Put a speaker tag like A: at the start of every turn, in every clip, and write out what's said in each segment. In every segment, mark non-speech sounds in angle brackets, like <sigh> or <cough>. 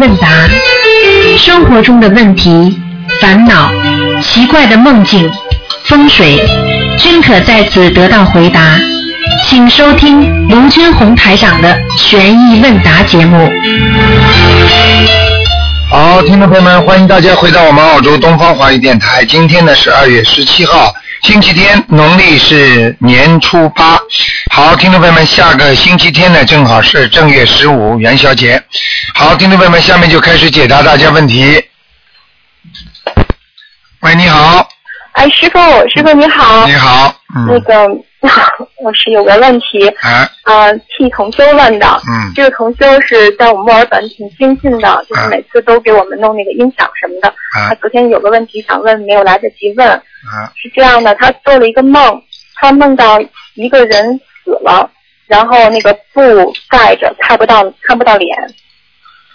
A: 问答，生活中的问题、烦恼、奇怪的梦境、风水，均可在此得到回答。请收听卢军红台长的《悬疑问答》节目。
B: 好，听众朋友们，欢迎大家回到我们澳洲东方华语电台。今天呢是二月十七号，星期天，农历是年初八。好，听众朋友们，下个星期天呢正好是正月十五元宵节。好，听众朋友们，下面就开始解答大家问题。喂，你好，
C: 哎，师傅，师傅你好，
B: 你好，
C: 那
B: 嗯，
C: 个 <laughs> 我是有个问题，
B: 哎，
C: 呃，替同修问的。
B: 嗯
C: 这个同修是在我们墨尔本挺精进的，就是
B: 嗯
C: 每次都给我们弄那个音响什么的。
B: 嗯
C: 他昨天有个问题想问，没有来得及问。
B: 啊，
C: 是这样的，他做了一个梦，他梦到一个人死了，然后那个布盖着，看不到看不到脸。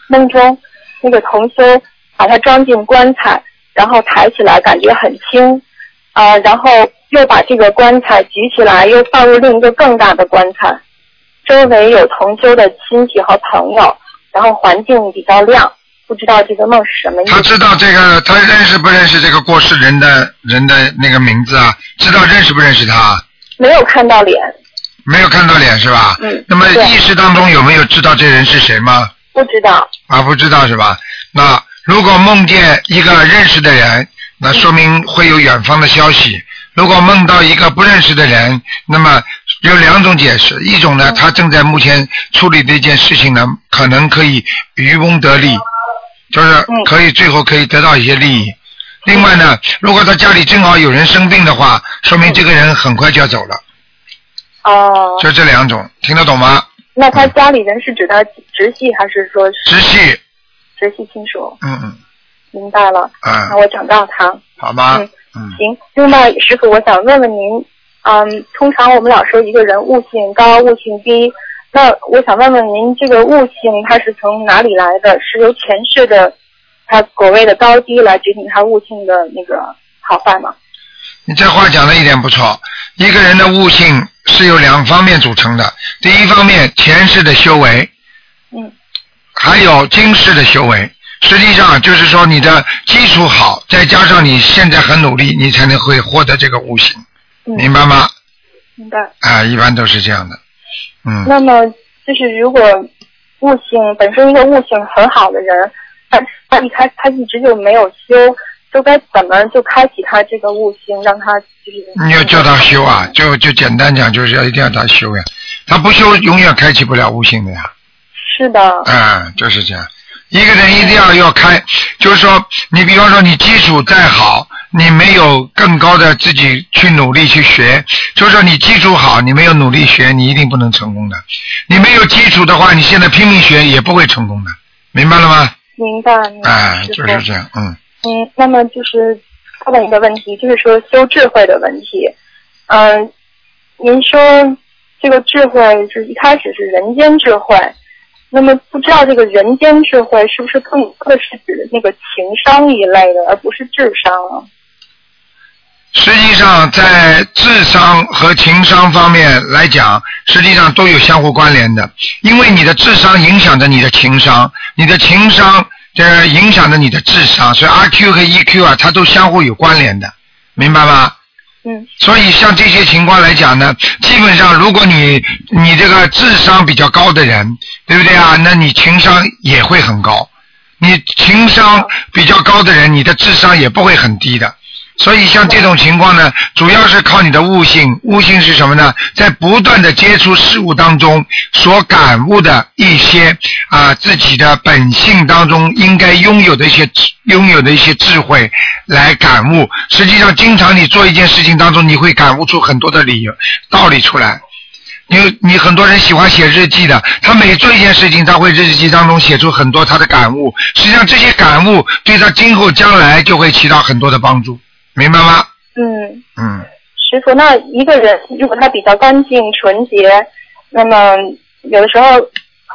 C: 梦中那个同修把他装进棺材，然后抬起来，感觉很轻，啊、然后又把这个棺材举起来，又放入另一个更大的棺材。周围有同修的亲戚和朋友，然后环境比较亮，不知道这个梦是什么意
B: 他
C: 思。
B: 知道这个，他认识不认识这个过世人的人的那个名字啊？知道认识不认识他？
C: 没有看到脸，
B: 没有看到脸是吧？
C: 嗯
B: 那么
C: 对
B: 意识当中有没有知道这人是谁吗？
C: 不知道。
B: 啊，不知道是吧？那如果梦见一个认识的人，那说明会有远方的消息；如果梦到一个不认识的人，那么有两种解释：一种
C: 嗯
B: 呢，他正在目前处理的一件事情呢，可能可以渔翁得利，就是
C: 嗯
B: 可以最后可以得到一些利益。另外呢，如果他家里正好有人生病的话，说
C: 嗯
B: 明这个人很快就要走了，
C: 哦、
B: 就这两种，听得懂吗？
C: 那他家里人是指他直系还是说是
B: 直系，
C: 直系亲属？
B: 嗯嗯
C: 明白了，那
B: 嗯，
C: 我转告他。
B: 好吗？
C: 嗯
B: 嗯
C: 行，另外师傅，我想问问您，嗯，通常我们老说一个人悟性高，悟性低，那我想问问您，这个悟性它是从哪里来的？是由前世的他所谓的高低来决定他悟性的那个好坏吗？
B: 你这话讲的一点不错。一个人的悟性是由两方面组成的，第一方面前世的修为，
C: 嗯，
B: 还有今世的修为。实际上就是说你的基础好，再加上你现在很努力，你才能会获得这个悟性，
C: 嗯，
B: 明白吗？
C: 明白。
B: 啊，一般都是这样的。嗯，
C: 那么就是如果悟性本身一个悟性很好的人，但是他一开他一直就没有修，就该怎么就开启他这个悟性，让他就是
B: 你要叫他修啊，就就简单讲，就是要一定要他修呀、他不修永远开启不了悟性的呀。
C: 是的，
B: 啊、就是这样。一个人一定要要开，就是说，你比方说你基础再好，你没有更高的自己去努力去学，就是说你基础好，你没有努力学，你一定不能成功的。你没有基础的话，你现在拼命学也不会成功的，明白了吗？
C: 明白。明白
B: 哎、
C: 师
B: 就
C: 傅
B: 是这样，嗯。
C: 嗯，那么就是再问一个问题，就是说修智慧的问题。嗯、您说这个智慧是一开始是人间智慧，那么不知道这个人间智慧是不是更多的是指那个情商一类的，而不是智商啊？
B: 实际上，在智商和情商方面来讲，实际上都有相互关联的，因为你的智商影响着你的情商，你的情商呃影响着你的智商，所以 RQ 和 EQ 啊，它都相互有关联的，明白吗？
C: 嗯，
B: 所以像这些情况来讲呢，基本上如果你你这个智商比较高的人，对不对啊？那你情商也会很高。你情商比较高的人，你的智商也不会很低的。所以像这种情况呢，主要是靠你的悟性。悟性是什么呢？在不断的接触事物当中所感悟的一些啊、自己的本性当中应该拥有的一些智拥有的一些智慧来感悟。实际上，经常你做一件事情当中，你会感悟出很多的理由道理出来。你你很多人喜欢写日记的，他每做一件事情，他会日记当中写出很多他的感悟。实际上，这些感悟对他今后将来就会起到很多的帮助，明白吗？
C: 嗯，
B: 嗯，
C: 师傅，那一个人如果他比较干净纯洁，那么有的时候，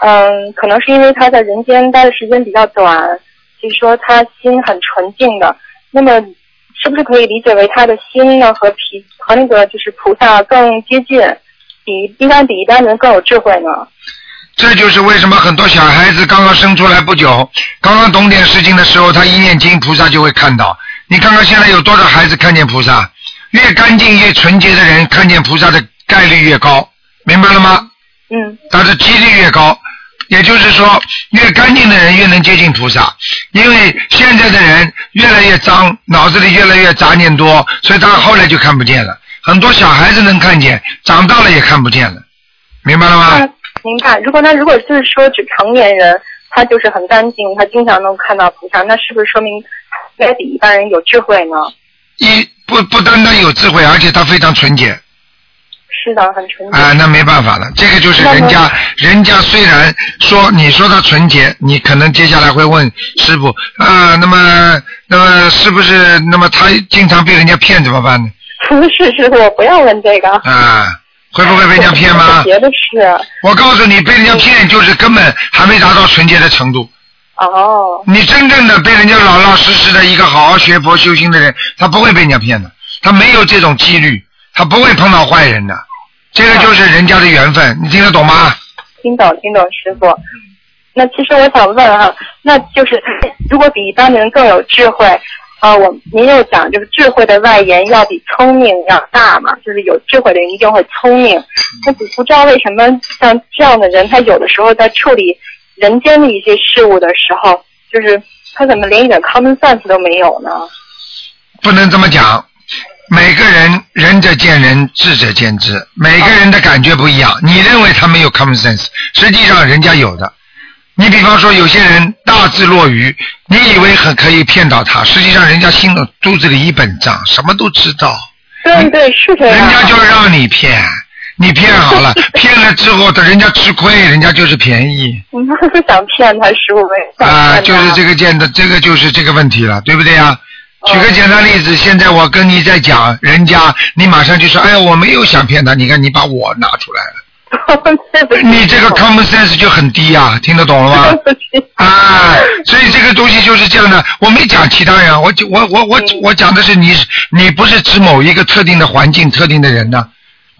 C: 嗯，可能是因为他在人间待的时间比较短，就是说他心很纯净的，那么是不是可以理解为他的心呢和皮和那个就是菩萨更接近，比一般比一般人更有智慧呢？
B: 这就是为什么很多小孩子刚刚生出来不久，刚刚懂点事情的时候，他一念经，菩萨就会看到。你看看现在有多少孩子看见菩萨？越干净越纯洁的人，看见菩萨的概率越高，明白了吗？
C: 嗯
B: 他的几率越高。也就是说，越干净的人越能接近菩萨，因为现在的人越来越脏，脑子里越来越杂念多，所以他后来就看不见了。很多小孩子能看见，长大了也看不见了，明白了吗？
C: 那明白。如果那如果是说指成年人，他就是很干净，他经常能看到菩萨，那是不是说明他比一般人有智慧呢？
B: 一不不单单有智慧，而且他非常纯洁
C: 是的，很纯洁。
B: 啊，那没办法了，这个就是人
C: 那
B: 家，人家虽然说你说他纯洁，你可能接下来会问师傅啊，那么那么是不是那么他经常被人家骗怎么办呢？
C: 不 <laughs> 是师傅，我不要问这个。
B: 啊，会不会被人家骗
C: <laughs>
B: 吗？
C: 别的事。
B: 我告诉你，被人家骗就是根本还没达到纯洁的程度。
C: 哦，
B: 你真正的被人家老老实实的一个好好学佛修心的人，他不会被人家骗的，他没有这种几率，他不会碰到坏人的。这个就是人家的缘分，你听得懂吗？
C: 听懂听懂，师傅。那其实我想问哈、那就是如果比一般的人更有智慧，啊，我您又讲就是智慧的外延要比聪明要大嘛，就是有智慧的人一定会聪明。那不不知道为什么像这样的人，他有的时候在处理人间的一些事物的时候，就是他怎么连一点 common sense 都没有呢？
B: 不能这么讲。每个人仁者见仁，智者见智，每个人的感觉不一样。你认为他没有 common sense，实际上人家有的。你比方说，有些人大智若愚，你以为很可以骗到他，实际上人家心里肚子里一本账，什么都知道。
C: 对对，啊是这样。
B: 人家就让你骗，你骗好
C: <laughs>
B: 了，骗了之后，等人家吃亏，人家就是便宜
C: <laughs> 你不嗯是想骗他十五倍？想
B: 啊、
C: 骗他
B: 就是这个简单，这个就是这个问题了，对不对呀？
C: 哦
B: 举个简单例子，现在我跟你在讲，人家你马上就说，哎，我没有想骗他，你看你把我拿出来了，
C: 对 <laughs> 不起，
B: 你这个 common sense 就很低呀、听得懂了
C: <laughs>
B: 吗？
C: 对不起，
B: 啊，所以这个东西就是这样的。我没讲其他人，我就我我我
C: 嗯
B: 我讲的是你，你不是指某一个特定的环境、特定的人呢、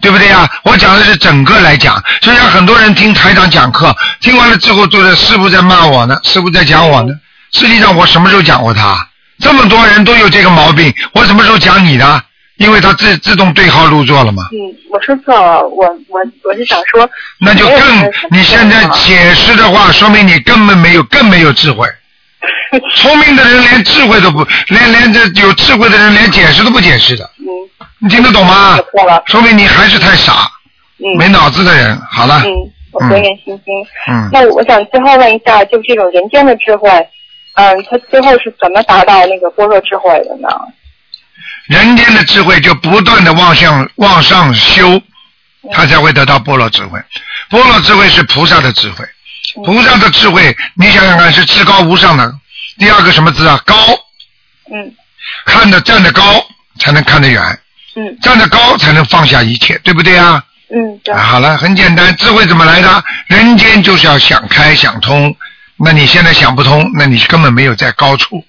B: 对不对呀、我讲的是整个来讲。所以很多人听台长讲课，听完了之后就是师傅在骂我呢，师傅在讲我呢。实际上我什么时候讲过他？这么多人都有这个毛病，我什么时候讲你的？因为他自自动对号入座了嘛。
C: 嗯，我说错了，我我我是想说，
B: 那就
C: 没有
B: 更
C: 人是嗯
B: 你现在
C: 这样的
B: 解释的
C: 哎
B: 话，说明你根本没有更没有智慧。聪明的人连智慧都不，连连这有智慧的人连解释都不解释的，
C: 嗯，
B: 你听得懂吗
C: 我？错了，
B: 说明你还是太傻，
C: 嗯
B: 啊没脑子的人。好了，
C: 嗯，我回念心经。
B: 嗯，
C: 那我想最后问一下，就这种人间的智慧，嗯，他最后是怎么达到那个般若智慧的呢？
B: 人间的智慧就不断的往上往上修，他才会得到般若智慧。般若智慧是菩萨的智慧，
C: 嗯
B: 菩萨的智慧，你想想看是至高无上的。第二个什么字啊？高，
C: 嗯
B: 看得站得高才能看得远，
C: 嗯
B: 站得高才能放下一切，对不对啊？
C: 嗯，对
B: 啊，，好了，很简单，智慧怎么来的？人间就是要想开想通，那你现在想不通，那你根本没有在高处。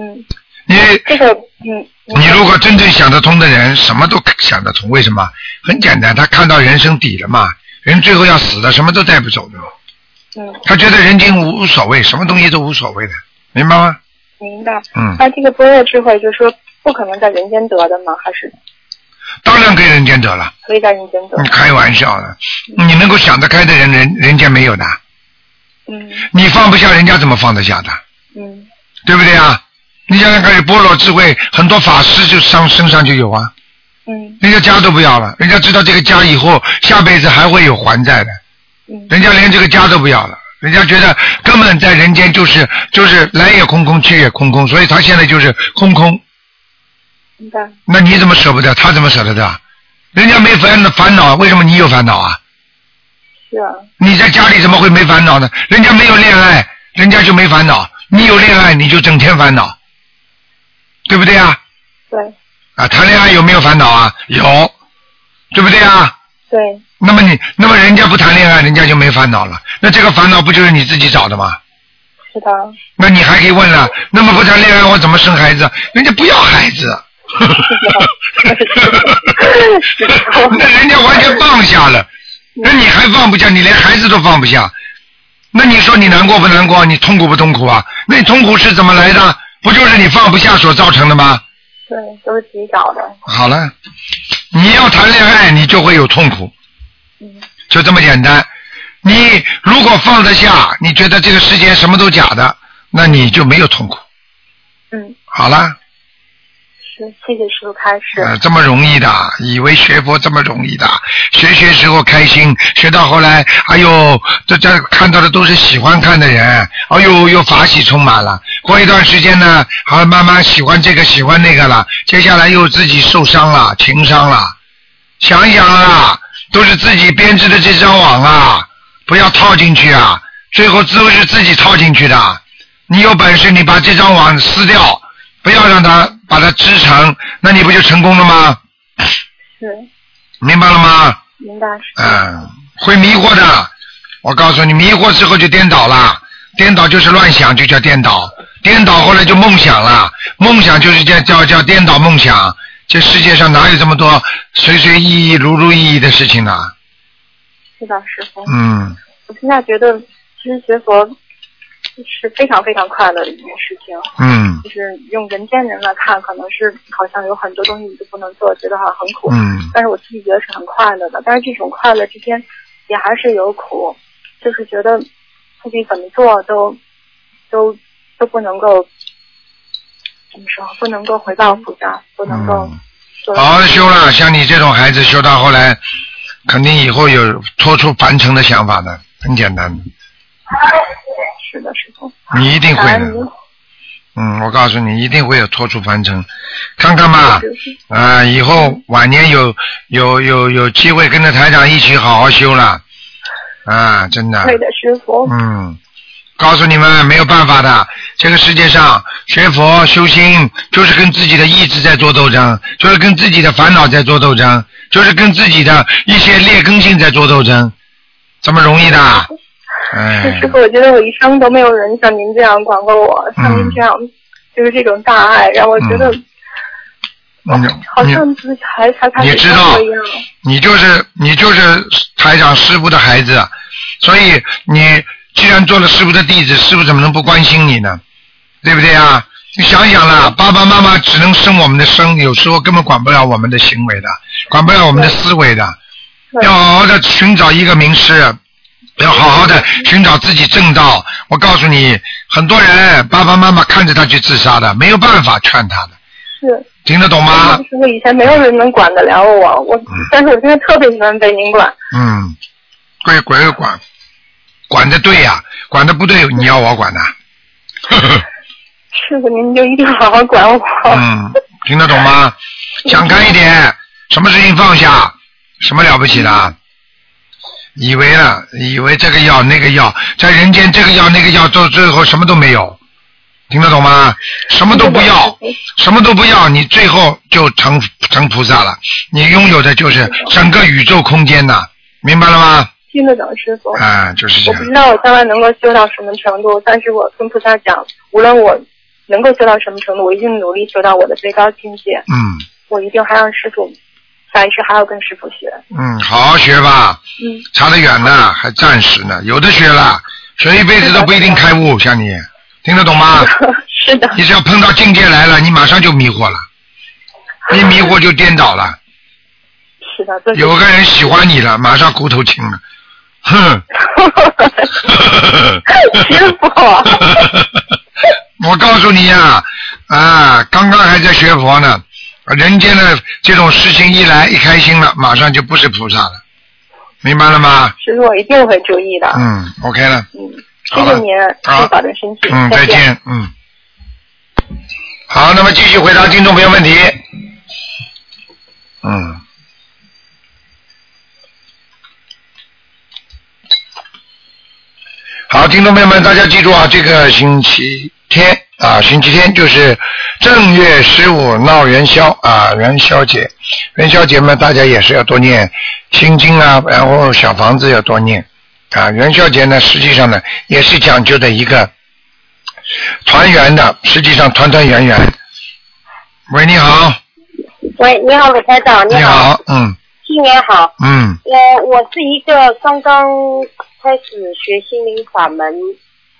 C: 嗯，
B: 你
C: 这个嗯，嗯
B: 你如果真正想得通的人，什么都想得通，为什么？很简单，他看到人生底了嘛，人最后要死的，什么都带不走的嘛，
C: 嗯
B: 他觉得人间无无所谓，什么东西都无所谓的，明白吗？
C: 明白。
B: 嗯，
C: 那这个般若智慧，就是说不可能在人间得的吗？还是
B: 当然给人间得了，
C: 可以在人间得？
B: 你开玩笑呢？你能够想得开的人，人人间没有的，
C: 嗯
B: 你放不下人家怎么放得下的？
C: 嗯
B: 对不对啊？你想想看，有般若智慧，很多法师就上身上就有啊，
C: 嗯
B: 人家家都不要了，人家知道这个家以后下辈子还会有还债的，
C: 嗯
B: 人家连这个家都不要了，人家觉得根本在人间就是就是来也空空，去也空空，所以他现在就是空空。
C: 明白。
B: 那你怎么舍不得？他怎么舍得得？人家没烦烦恼，为什么你有烦恼啊？
C: 是啊，
B: 你在家里怎么会没烦恼呢？人家没有恋爱，人家就没烦恼；你有恋爱，你就整天烦恼，对不对啊？
C: 对
B: 啊，谈恋爱有没有烦恼啊？有，对不对啊？
C: 对，
B: 那么你，那么人家不谈恋爱，人家就没烦恼了。那这个烦恼不就是你自己找的吗？
C: 是的，
B: 那你还可以问了，那么不谈恋爱我怎么生孩子？人家不要孩子， <laughs> 那人家完全放下了，那你还放不下，你连孩子都放不下，那你说你难过不难过？你痛苦不痛苦啊？那你痛苦是怎么来的？不就是你放不下所造成的吗？
C: 对，都是自己找的。
B: 好了，你要谈恋爱，你就会有痛苦，
C: 嗯
B: 就这么简单。你如果放得下，你觉得这个世界什么都假的，那你就没有痛苦。
C: 嗯，
B: 好了，
C: 是，谢谢师傅开始。
B: 呃，这么容易的，以为学佛这么容易的，学学时候开心，学到后来，哎呦，这这看到的都是喜欢看的人，哎呦，又法喜充满了。过一段时间呢，还慢慢喜欢这个喜欢那个了，接下来又自己受伤了，情伤了。想一想啊，都是自己编织的这张网啊，不要套进去啊，最后都是自己套进去的。你有本事，你把这张网撕掉，不要让它把它织成，那你不就成功了吗？
C: 是，
B: 明白了吗？
C: 明白师傅。
B: 嗯，会迷惑的。我告诉你，迷惑之后就颠倒了，颠倒就是乱想，就叫颠倒，颠倒后来就梦想了，梦想就是叫叫叫颠倒梦想。这世界上哪有这么多随随意意、如如意意的事情呢、
C: 是的，师傅。
B: 嗯，
C: 我现在觉得，其实学佛是非常非常快乐的一件事情。
B: 嗯
C: 就是用人间人来看，可能是好像有很多东西你都不能做，觉得好像很苦。
B: 嗯
C: 但是我自己觉得是很快乐的，但是这种快乐之间也还是有苦，就是觉得自己怎么做都都都不能够怎么说，不能够回报菩萨，不能够
B: 嗯，
C: 做、
B: 好好修了。像你这种孩子，修到后来，肯定以后有脱出凡尘的想法的，很简单的，
C: 是的师傅。
B: 你一定会啊
C: 感
B: 的
C: 恩。您
B: 嗯，我告诉你，一定会有脱出凡尘。看看吧，
C: 就是
B: 啊、以后晚年有有有有机会跟着台长一起好好修了，啊，真的。
C: 对的师傅，
B: 嗯，告诉你们没有办法的，这个世界上学佛修心就是跟自己的意志在做斗争，就是跟自己的烦恼在做斗争，就是跟自己的一些劣根性在做斗争，怎么容易的？啊
C: 是
B: 哎
C: 师，傅，我觉得我一生都没有人像您这样管过我，像
B: 嗯
C: 您这样就是这种大爱，让我觉得好
B: 你
C: 像自己还才开
B: 你
C: 始
B: 知
C: 生
B: 道
C: 活一样。
B: 你就是你就是台长师傅的孩子，啊所以你既然做了师傅的弟子，师傅怎么能不关心你呢？对不对啊？你想想啦，爸爸妈妈只能生我们的生，有时候根本管不了我们的行为的，管不了我们的思维的。
C: 对
B: 要好好的寻找一个名师，要好好的寻找自己正道。我告诉你，很多人爸爸妈妈看着他去自杀的，没有办法劝他的，
C: 是，
B: 听得懂吗？
C: 就是我以前没有人能管得了我，我，但是我现在特别喜欢被您管。
B: 嗯，归归归管，管的对呀、管的不对，你要我管呐、 <laughs>
C: 师傅，您就一定好好管我。
B: 嗯，听得懂吗？想开一点，什么事情放下，什么了不起的？以为了，以为这个要那个要，在人间这个要那个要，到最后什么都没有，听得懂吗？什么都不要，什么都不要，你最后就成成菩萨了。你拥有的就是整个宇宙空间呐、明白了吗？
C: 听得懂，师傅。
B: 啊，就是这
C: 我
B: 样
C: 不。知道我将来能够修到什么程度，但是我跟菩萨讲，无论我能够修到什么程度，我一定努力修到我的最高境界。
B: 嗯。
C: 我一定还让师傅，下一世还要跟师傅学。
B: 嗯，好好学吧，
C: 嗯，
B: 差得远呢，还暂时呢，有的学了，学一辈子都不一定开悟，像你，听得懂吗？
C: 嗯 <laughs> 是的，
B: 你只要碰到境界来了，你马上就迷惑了，一迷惑就颠倒了，
C: 是的，就是
B: 有个人喜欢你了，马上骨头青了，哼， <laughs>
C: 师傅，
B: 我告诉你呀、啊，刚刚还在学佛呢，人间的这种事情一来，一开心了，马上就不是菩萨了，明白了吗？
C: 师傅，我一定会注意的。
B: 嗯，OK 了。
C: 嗯，谢
B: 好了
C: 谢您，
B: 好
C: 您保重身体，
B: 嗯，再
C: 见。
B: 见，嗯。好，那么继续回答听众朋友问题。嗯。好，听众朋友们，大家记住啊，这个星期天啊，星期天就是正月十五闹元宵啊，元宵节。元宵节嘛，大家也是要多念心经啊，然后小房子要多念啊。元宵节呢，实际上呢，也是讲究的一个团圆的，实际上团团圆圆。喂，你好，
D: 喂，你好，鲁台长，
B: 你
D: 好，
B: 好，嗯
D: 新年好。
B: 嗯
D: 呃，我是一个刚刚开始学心灵法门，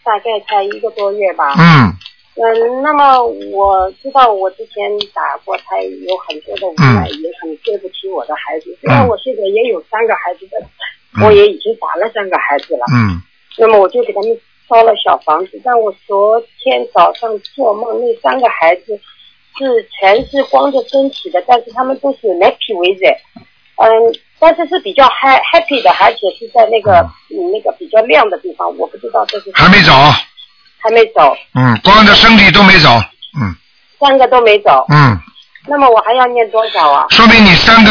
D: 大概才一个多月吧。
B: 嗯
D: 嗯，那么我知道我之前打过胎，有很多的无奈，也很对不起我的孩子。虽然我现在也有三个孩子的，我也已经打了三个孩子了。
B: 嗯
D: 那么我就给他们烧了小房子。但我昨天早上做梦，那三个孩子是全是光着身体的，但是他们都是 happy with it，嗯，但是是比较 ha happy 的，而且是在那个嗯那个比较亮的地方。我不知道这是
B: 还没走，
D: 还没走，
B: 嗯，光着身体都没走，嗯
D: 三个都没走。
B: 嗯，
D: 那么我还要念多少啊？
B: 说明你三个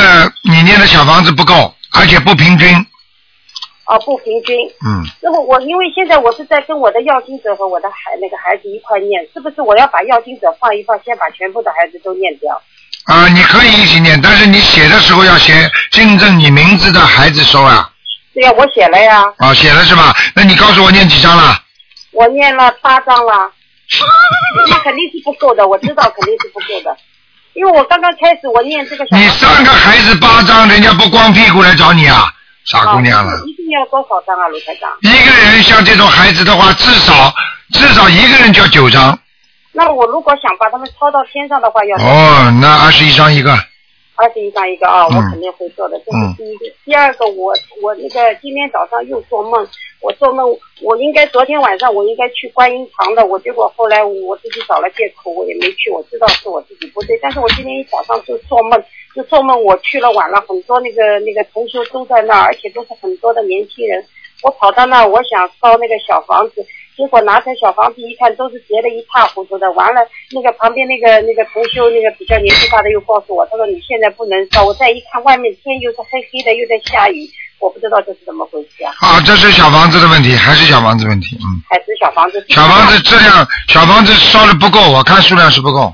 B: 你念的小房子不够，而且不平均，
D: 啊，不平均。
B: 嗯，
D: 那么我因为现在我是在跟我的要经者和我的孩那个孩子一块念，是不是我要把要经者放一放，先把全部的孩子都念掉？
B: 啊、你可以一起念，但是你写的时候要写印证你名字的孩子收啊，
D: 对呀、我写了呀，
B: 啊，写了是吧？那你告诉我念几张
D: <laughs>
B: 了？
D: 我念了八章了，那肯定是不够的，我知道肯定是不够的，因为我刚刚开始我念这个小
B: 你三个孩子八张，人家不光屁股来找你啊，傻姑娘了。
D: 啊一定要多少章啊，卢台长？
B: 一个人像这种孩子的话，至少至少一个人就要九张
D: 那我如果想把他们抄到天上的话，要
B: 哦，那二十一张一个，
D: 二十一张一个啊，
B: 嗯
D: 我肯定会做的，这是第一个。第二个，我我那个今天早上又做梦，我做梦，我应该昨天晚上我应该去观音堂的，我结果后来我自己找了借口，我也没去，我知道是我自己不对，但是我今天一早上就做梦，就做梦我去了晚了，很多那个那个同修都在那儿，而且都是很多的年轻人，我跑到那儿，我想烧那个小房子，结果拿出小房子一看，都是叠的一塌糊涂的。完了，那个旁边那个那个同修，那个比较年纪大的又告诉我，他说你现在不能烧。我再一看，外面天又是黑黑的，又在下雨，我不知道这是怎么回事啊？
B: 啊，这是小房子的问题，还是小房子问题？嗯，
D: 还是小房子？
B: 小房子质量，小房子烧的不够，我看数量是不够。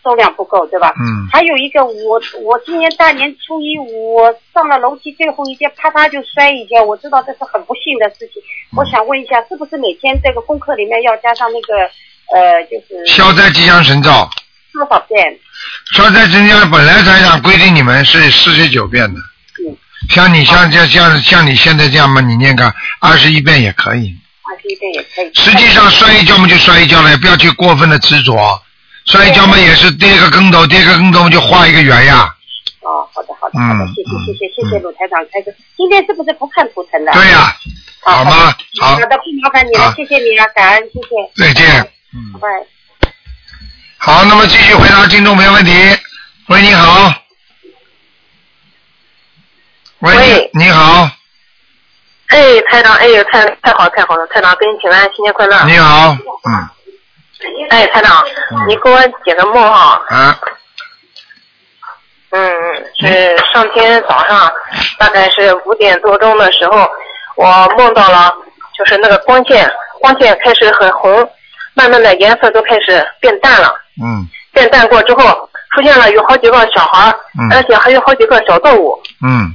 D: 重量不够，对吧？
B: 嗯
D: 还有一个，我我今年大年初一，我上了楼梯最后一阶，啪嗒就摔一跤。我知道这是很不幸的事情。
B: 嗯
D: 我想问一下，是不是每天这个功课里面要加上那个呃，就是
B: 消灾吉祥神咒，
D: 多少遍？
B: 消灾吉祥本来台长规定你们是四十九遍的
D: 嗯，
B: 像你像这像像你现在这样嘛，你念个二十一遍也可以。
D: 二啊十一遍也可以。
B: 实际上摔一跤嘛就摔一跤了，也不要去过分的执着。摔一跤嘛也是跌个跟头，跌个跟头嘛就画一个圆呀。
D: 哦，好的，好的，好的，
B: 嗯
D: 谢
B: 嗯
D: 谢，谢谢，谢谢鲁台长开始。今天是不是不看图腾的？
B: 对呀、好
D: 好的
B: 吗？好
D: 好，的，不麻烦你
B: 好嗯
D: 了，谢谢你啊，感恩，谢
B: 再
D: 谢。
B: 见。
D: 拜。
B: 好，那么继续回答听众朋友问题。喂，你好。喂
C: 喂，
B: 你好，
C: 哎，台长，哎呦，太太好了，太好了，台长，给你请安，新年快乐。
B: 你好，嗯，
C: 哎，台长，
B: 嗯
C: 你给我解个梦哈。
B: 啊，
C: 嗯，是上天早上大概是五点多钟的时候，我梦到了，就是那个光线，光线开始很红，慢慢的颜色都开始变淡了。
B: 嗯
C: 变淡过之后，出现了有好几个小孩儿，
B: 嗯
C: 而且还有好几个小动物，
B: 嗯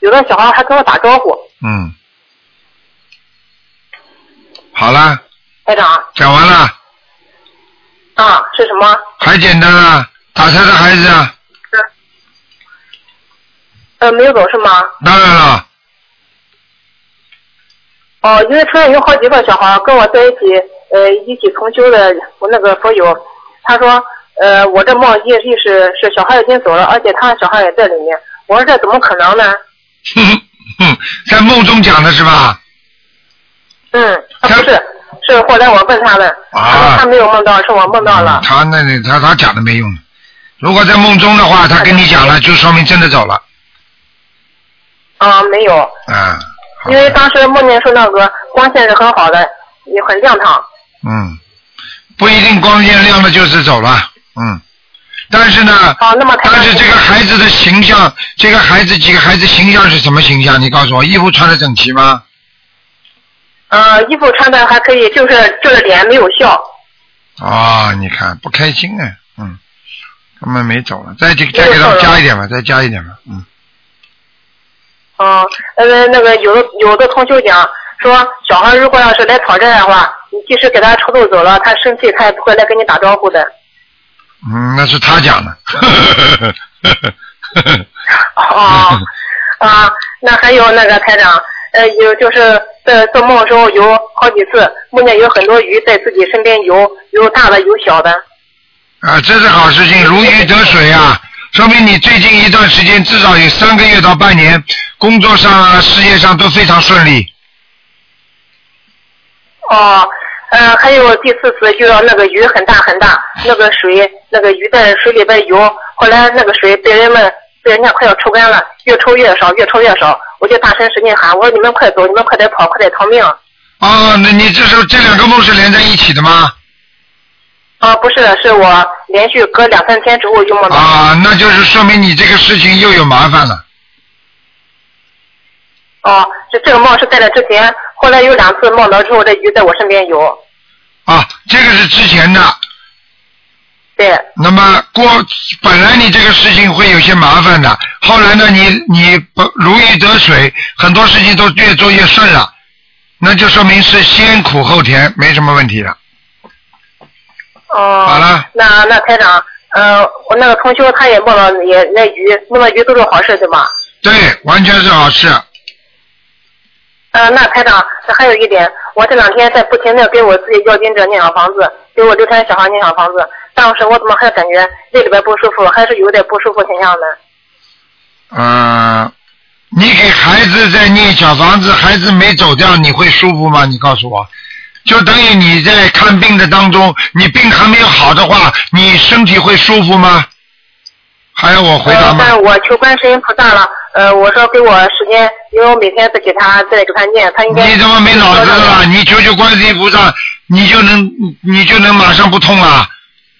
C: 有的小孩还跟我打招呼。
B: 嗯，好了，
C: 台长
B: 讲完了，
C: 啊，是什么？
B: 太简单了，打胎的孩子啊，
C: 呃，没有走是吗？
B: 当然了，
C: 哦，因为村里有好几个小孩儿跟我在一起，呃，一起同修的我那个佛友，他说，呃，我这梦意意识是小孩已经走了，而且他小孩也在里面。我说这怎么可能呢？
B: 哼哼哼， <laughs> 在梦中讲的是吧？
C: 嗯，啊、
B: 他啊
C: 不是，是后来我问他们，他说他没有梦到，是我梦到了
B: 嗯。他那那他他讲的没用，如果在梦中的话，他跟你讲了，就说明真的走了，嗯
C: 啊、没有，
B: 啊，好
C: 因为当时梦见说那个光线是很好的，也很亮堂。
B: 嗯，不一定光线亮了就是走了，嗯，但是呢，
C: 啊，那么他
B: 但是这个孩子的形象，这个孩子几个孩子形象是什么形象？你告诉我，衣服穿的整齐吗？
C: 呃，衣服穿的还可以，就是就是脸没有笑。
B: 啊、你看不开心啊，嗯，他们没走了，再去再
C: 没
B: 给
C: 有
B: 他们
C: 走了
B: 加一点吧，再加一点吧，嗯，
C: 嗯，呃，那个有的有的同修讲说，小孩如果要是来讨债的话，你即使给他抽走走了，他生气他也不会来跟你打招呼的。
B: 嗯，那是他讲的， <laughs> <laughs>
C: 哦，啊，那还有那个台长，
D: 呃，有就是在做梦的时候有好几次，梦见有很多鱼在自己身边游，有大的有小的。
B: 啊，这是好事情，如鱼得水啊，说明你最近一段时间至少有三个月到半年，工作上啊、事业上都非常顺利。
D: 哦，呃，还有第四次遇到那个鱼很大很大，那个水那个鱼在水里边游，后来那个水被人们被人家快要抽干了，越抽越少，越抽越少，我就大声使劲喊，我说你们快走，你们快点跑，快点逃命！
B: 哦，那你这时候这两个梦是连在一起的吗？
D: 啊，不是，是我连续隔两三天之后就梦到。
B: 啊，那就是说明你这个事情又有麻烦了。
D: 哦，这这个梦是在这之前，后来有两次梦到之后，这鱼在我身边游。
B: 啊，这个是之前的。
D: 对，
B: 那么过本来你这个事情会有些麻烦的，后来呢，你你不如鱼得水，很多事情都越做越顺了，那就说明是先苦后甜，没什么问题的。
D: 哦。
B: 好了
D: 那那台长，呃，我那个同修他也梦到也那鱼，梦到鱼都是好事，对吧？
B: 对，完全是好事。
D: 呃，那台长，还有一点，我这两天在不停的给我自己要经者念小房子，给我流产小孩念小房子，但是我怎么还感觉胃里边不舒服，还是有点不舒服现象呢？
B: 呃，你给孩子在念小房子，孩子没走掉，你会舒服吗？你告诉我，就等于你在看病的当中，你病还没有好的话，你身体会舒服吗？还要我回答
D: 呃、
B: 吗？
D: 但我求观世音菩萨了，呃，我说给我时间，因为我每天在给他在给他念，他应该
B: 你怎么没脑子了？你求求观世音菩萨，你就能你就能马上不痛了。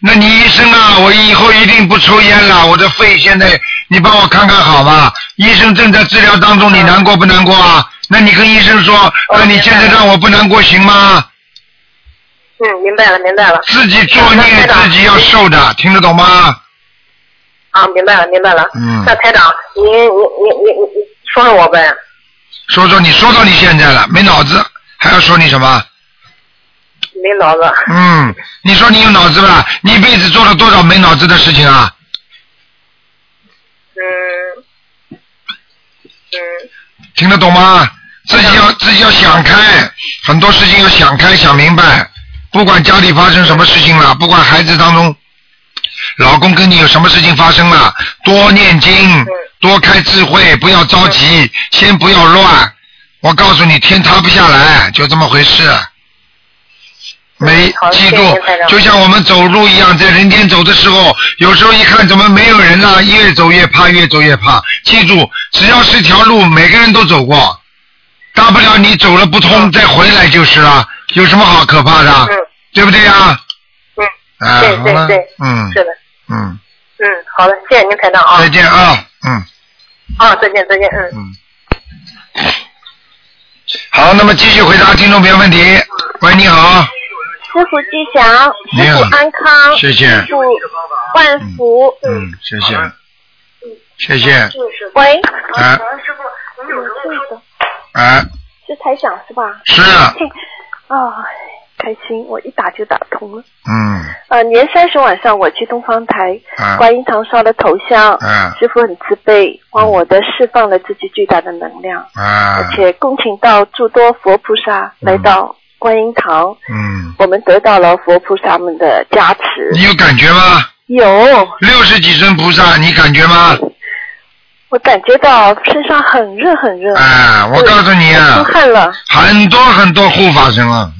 B: 那你医生啊，我以后一定不抽烟了。我的肺现在，你帮我看看好吧？医生正在治疗当中，你难过不难过啊？那你跟医生说，那你现在让我不难过行吗？
D: 嗯，明白了，明白了，
B: 自己作孽自己要受的，听得懂吗？
D: 啊，明白了，明白了。
B: 嗯
D: 那台长，您您您您您说说我呗。
B: 说说你说到你现在了，没脑子，还要说你什么？
D: 没脑子，
B: 嗯，你说你有脑子吧？你一辈子做了多少没脑子的事情啊？
D: 嗯，嗯，
B: 听得懂吗？自己要自己要想开，很多事情要想开想明白。不管家里发生什么事情了，不管孩子当中，老公跟你有什么事情发生了，多念经，多开智慧，不要着急，先不要乱。我告诉你，天塌不下来，就这么回事。没
D: 好
B: 记
D: 谢谢
B: 住
D: 台，长
B: 就像我们走路一样，在人间走的时候，有时候一看怎么没有人了、越走越怕，越走越怕。记住，只要是条路，每个人都走过，大不了你走了不通再回来就是了，有什么好可怕的？
D: 嗯
B: 对不对呀？
D: 嗯，
B: 啊，
D: 对
B: 好
D: 对
B: 了
D: 对，
B: 嗯
D: 是的，
B: 嗯，
D: 嗯，好的，谢谢您台长啊
B: 再，见啊，嗯
D: 啊，再见再见，嗯。
B: 嗯。好，那么继续回答听众朋友问题。喂，你好，
C: 师傅吉祥，
B: 你
C: 师
B: 好
C: 傅安康，
B: 谢谢
D: 嗯
C: 师傅万福。
B: 嗯，谢谢，谢
D: 嗯
B: 谢，
C: 喂，
B: 啊啊，
C: 是台长是吧？
B: 是，
C: 啊，开心，我一打就打通了。
B: 嗯
C: 呃，年三十晚上我去东方台
B: 啊
C: 观音堂烧了头香，
B: 啊
C: 师傅很慈悲，帮我的释放了自己巨大的能量，
B: 啊
C: 而，且恭请到诸多佛菩萨来到观音堂，
B: 嗯，
C: 我们得到了佛菩萨们的加持。
B: 你有感觉吗？
C: 有，
B: 六十几尊菩萨，你感觉吗？
C: 我感觉到身上很热很热。
B: 啊，我告诉你啊
C: 出，汗了，
B: 很多很多护法神啊，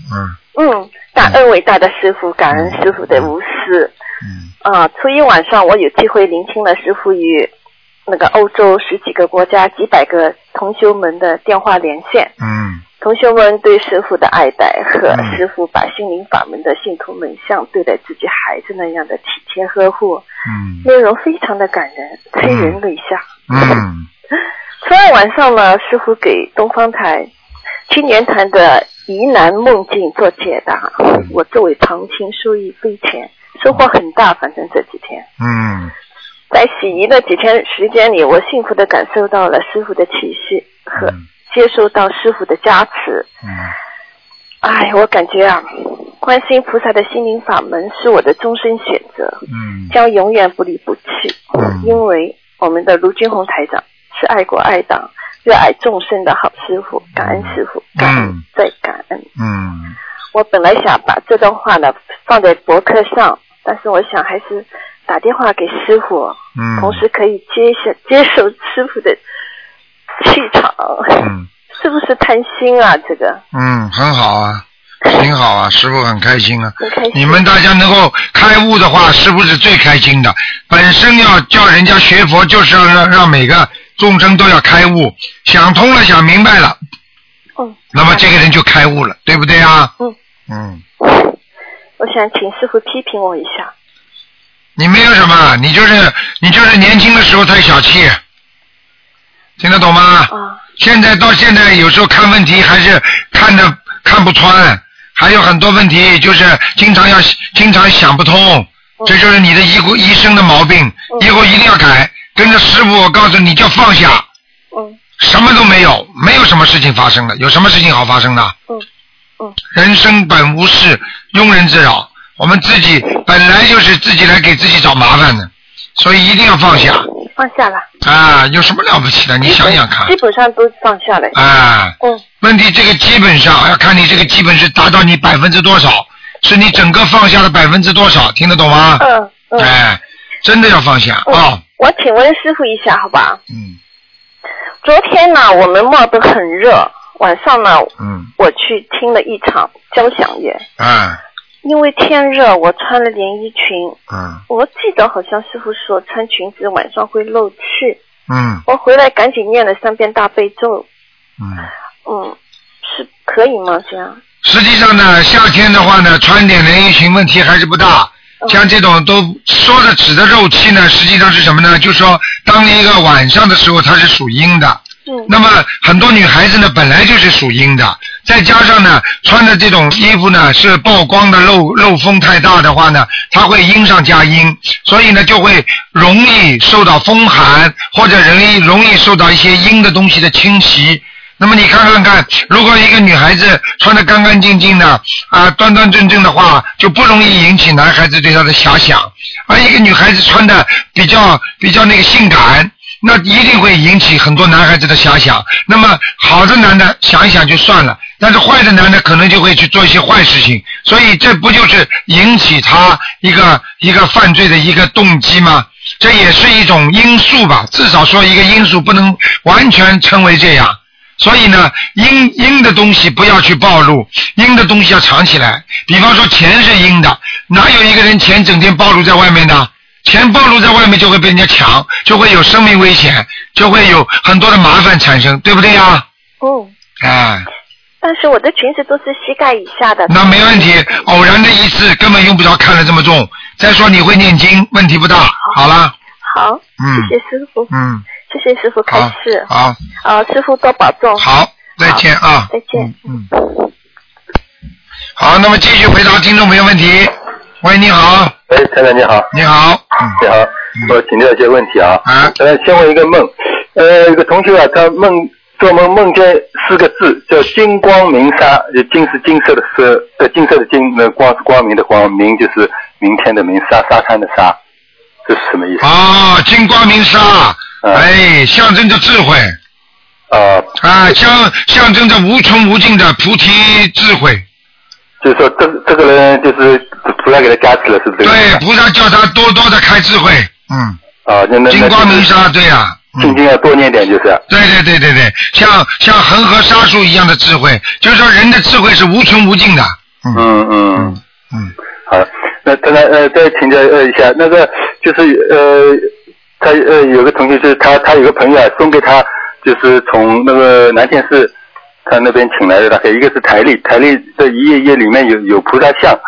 B: 嗯
C: 嗯，感恩伟大的师傅，感恩师傅的无私。
B: 嗯，
C: 啊，初一晚上我有机会聆听了师傅与那个欧洲十几个国家几百个同修们的电话连线，
B: 嗯
C: 同修们对师傅的爱戴和
B: 嗯
C: 师傅把心灵法门的信徒们像对待自己孩子那样的体贴呵护，
B: 嗯
C: 内容非常的感人，催人泪下。
B: 嗯
C: 初二晚上呢，师傅给东方台青年团的疑难梦境做解答，我作为旁听受益匪浅，收获很大。反正这几天
B: 嗯
C: 在洗衣的几天时间里，我幸福的感受到了师傅的启示和
B: 嗯
C: 接受到师傅的加持。
B: 嗯，
C: 哎，我感觉啊，观世音菩萨的心灵法门是我的终身选择，
B: 嗯
C: 将永远不离不弃
B: 嗯，
C: 因为我们的卢军红台长是爱国爱党、
E: 热爱众生的好师傅，感恩师傅，感恩再感恩。
B: 嗯，
E: 我本来想把这段话呢放在博客上，但是我想还是打电话给师傅，
B: 嗯
E: 同时可以接下接受师傅的气场，
B: 嗯
E: 是不是贪心啊？这个
B: 嗯，很好啊，挺好啊，师傅很开心啊。
E: 很开心。
B: 你们大家能够开悟的话，师傅是最开心的。本身要叫人家学佛，就是要让让每个众生都要开悟，想通了，想明白了，
E: 嗯，
B: 那么这个人就开悟了，对不对啊？
E: 嗯
B: 嗯，
E: 我想请师傅批评我一下。
B: 你没有什么，你就是你就是年轻的时候太小气，听得懂吗？
C: 哦
E: 啊，
B: 现在到现在，有时候看问题还是看着看不穿，还有很多问题就是经常要经常想不通，这就是你的一股一生的毛病，以后一定要改。跟着师傅，我告诉你，叫放下，
E: 嗯
B: 什么都没有，没有什么事情发生的，有什么事情好发生的？
E: 嗯嗯。
B: 人生本无事，庸人自扰。我们自己本来就是自己来给自己找麻烦的，所以一定要放下
E: 放下了，
B: 啊！有什么了不起的？你想想看
E: 基本上都放下了。
B: 啊！
E: 嗯
B: 问题这个基本上要看你这个基本是达到你百分之多少，是你整个放下的百分之多少，听得懂吗？
E: 嗯嗯。
B: 哎，真的要放下啊、
E: 嗯我请问师傅一下，好吧？
B: 嗯
E: 昨天呢，我们梦得很热，晚上呢，
B: 嗯
E: 我去听了一场交响乐。
B: 哎
E: 因为天热，我穿了连衣裙。
B: 嗯
E: 我记得好像师傅说穿裙子晚上会漏气。
B: 嗯
E: 我回来赶紧念了三遍大悲咒。
B: 嗯。
E: 嗯，是可以吗？这样？
B: 实际上呢，夏天的话呢，穿点连衣裙问题还是不大。
E: 嗯
C: 嗯
B: 像这种都说的指的肉气呢，实际上是什么呢？就说当一个晚上的时候，它是属阴的。
E: 嗯
B: 那么很多女孩子呢，本来就是属阴的，再加上呢，穿的这种衣服呢是曝光的漏漏风太大的话呢，它会阴上加阴，所以呢就会容易受到风寒，或者容易容易受到一些阴的东西的侵袭。那么你看看看，如果一个女孩子穿的干干净净的啊，端端正正的话，就不容易引起男孩子对她的遐想；而一个女孩子穿的比较比较那个性感，那一定会引起很多男孩子的遐想。那么好的男的想一想就算了，但是坏的男的可能就会去做一些坏事情，所以这不就是引起他一个一个犯罪的一个动机吗？这也是一种因素吧，至少说一个因素不能完全称为这样。所以呢，阴阴的东西不要去暴露，阴的东西要藏起来。比方说钱是阴的，哪有一个人钱整天暴露在外面的？钱暴露在外面就会被人家抢，就会有生命危险，就会有很多的麻烦产生，对不对呀？
E: 嗯。
B: 哎，
E: 但是我的裙子都是膝盖以下的。
B: 那没问题，偶然的一次根本用不着看得这么重。再说你会念经，问题不大。好了，
E: 好，
B: 嗯
E: 谢谢师傅，
B: 嗯，
E: 谢谢师傅开
B: 好
E: 示，。
B: 好，
E: 呃，师傅多保重。
B: 好，再见啊，
E: 再见
B: 嗯，嗯。好，那么继续回答听众朋友问题。喂，你好，
F: 喂，台哎长你好，
B: 你好，嗯，
F: 你好，我请教一些问题啊。
B: 啊，
F: 呃，先问一个梦，呃，有个同学啊，他梦做梦梦见四个字叫“金光明沙”，就金是金色的色，呃，金色的金，那光是光明的光，明就是明天的明，沙沙滩的沙，这是什么意思？
B: 哦，金光明沙，
F: 嗯
B: 哎，象征着智慧
F: 啊、
B: 啊，象象征着无穷无尽的菩提智慧。
F: 就是说这这个人就是菩萨给他加持了，是不是这个意
B: 对
F: 思？，
B: 菩萨叫他多多的开智慧，嗯，
F: 啊，那那
B: 金光明，沙，对呀、
F: 那就是
B: 嗯
F: 进经要多念点就是。
B: 对对对对对，像像恒河沙数一样的智慧，就是说人的智慧是无穷无尽的，嗯
F: 嗯嗯
B: 嗯。嗯，
F: 好的，那再来呃再请教呃一下，那个就是呃他呃有个同学就是他他有个朋友啊送给他就是从那个南天寺他那边请来的大概一个是台历，台历的一页页里面有有菩萨像，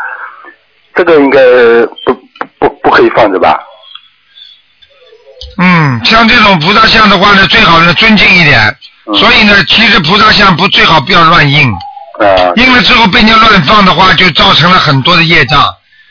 F: 这个应该呃不不不可以放着吧？
B: 嗯，像这种菩萨像的话呢，最好呢尊敬一点。
F: 嗯
B: 所以呢，其实菩萨像不最好不要乱印，
F: 啊、
B: 印了之后被人家乱放的话，就造成了很多的业障。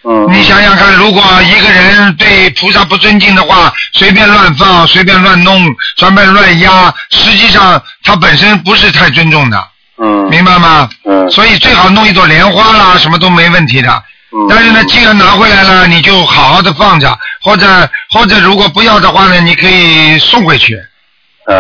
F: 嗯，
B: 你想想看，如果一个人对菩萨不尊敬的话，随便乱放、随便乱弄、随便乱压，实际上他本身不是太尊重的，
F: 嗯
B: 明白吗？
F: 嗯，
B: 所以最好弄一朵莲花啦，什么都没问题的。
F: 嗯
B: 但是呢，既然拿回来了，你就好好的放着，或者或者如果不要的话呢，你可以送回去。
F: 啊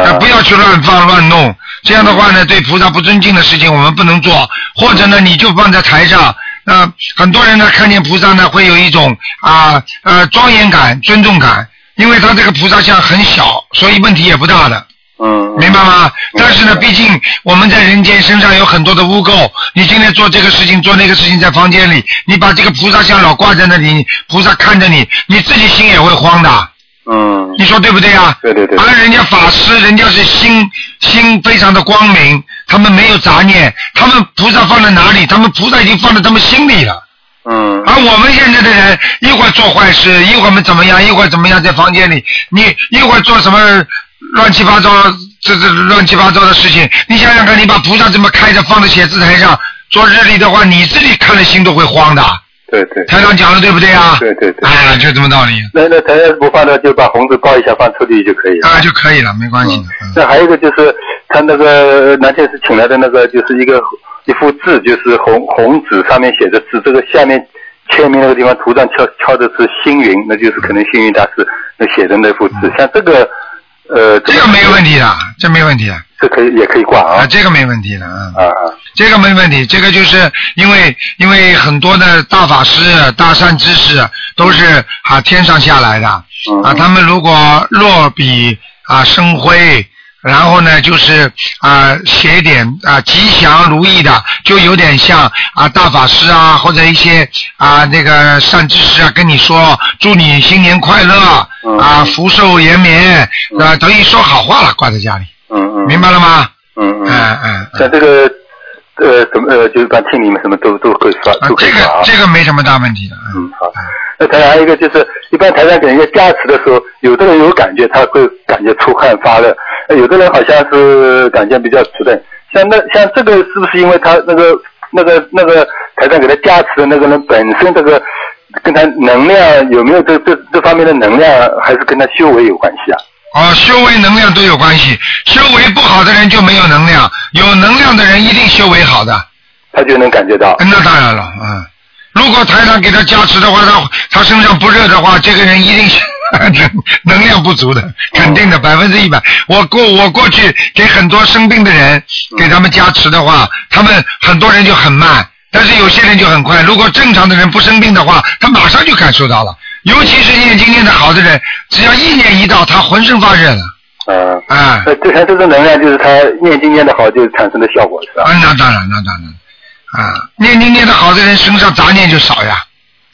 B: 啊，不要去乱放乱弄，这样的话呢，对菩萨不尊敬的事情我们不能做，或者呢，你就放在台上。那、很多人呢，看见菩萨呢，会有一种啊呃庄严感、尊重感，因为他这个菩萨像很小，所以问题也不大的，
F: 嗯，
B: 明白吗？
F: 嗯
B: 但是呢，毕竟我们在人间身上有很多的污垢，你今天做这个事情、做那个事情，在房间里，你把这个菩萨像老挂在那里，菩萨看着你，你自己心也会慌的。
F: 嗯，
B: 你说对不对啊？
F: 对对对
B: 而人家法师，人家是心心非常的光明，他们没有杂念，他们菩萨放在哪里？他们菩萨已经放在他们心里了。
F: 嗯，
B: 而我们现在的人，一会儿做坏事，一会儿我们怎么样，一会儿怎么样，在房间里，你一会儿做什么乱七八糟，这这乱七八糟的事情，你想想看，你把菩萨这么开着放在写字台上做日历的话，你自己看了心都会慌的。
F: 对对。
B: 台长讲的对不对啊？
F: 对对对
B: 哎，就这么道理
F: 那那咱要是不放那就把红纸包一下放抽屉里就可以了。
B: 啊，就可以了，没关系的。嗯
F: 那还有一个就是他那个呃南天是请来的那个就是一个一幅字，就是红红纸上面写着字，这个下面签名那个地方图上敲敲的是星云，那就是可能星云大师那写的那幅字，像这个呃
B: 嗯这个没问，题的，这没问题的
F: 这可以也可以挂
B: 啊，
F: 啊
B: 这个没问题的啊，
F: 啊
B: 这个没问题，这个就是因为因为很多的大法师、大善知识都是啊天上下来的
F: 嗯
B: 啊，他们如果落笔啊生辉。然后呢，就是啊，写一点啊吉祥如意的，就有点像啊大法师啊，或者一些啊那个善知识啊，跟你说祝你新年快乐、
F: 嗯
B: 啊，福寿延绵啊，等于说好话了，挂在家里。
F: 嗯嗯，
B: 明白了吗？
F: 嗯嗯
B: 嗯嗯。嗯
F: 像这个呃怎么呃就是把厅里面什么都都可以刷
B: 啊
F: 都，可以
B: 这
F: 刷啊
B: 个。这个没什么大问题的，嗯
F: 嗯，好。那台长还有一个就是，一般台长给人家加持的时候，有的人有感觉，他会感觉出汗发热；呃有的人好像是感觉比较迟钝。像那像这个是不是因为他那个那个那个台长给他加持的那个人本身这个跟他能量有没有这这这方面的能量，还是跟他修为有关系啊？
B: 哦，修为能量都有关系，修为不好的人就没有能量，有能量的人一定修为好的，
F: 他就能感觉到。
B: 嗯那当然了，嗯。如果台上给他加持的话，他他身上不热的话，这个人一定是 <laughs> 能能量不足的，肯定的，百分之一百。我过我过去给很多生病的人给他们加持的话，他们很多人就很慢，但是有些人就很快。如果正常的人不生病的话，他马上就感受到了。尤其是念经念的好的人，只要意念一到，他浑身发热了，
F: 嗯。
B: 啊、
F: 那这像这种能量，就是他念经念得好，就产生的效果是吧？
B: 啊，那当然，那当然，啊，念经念的好的人身上杂念就少呀，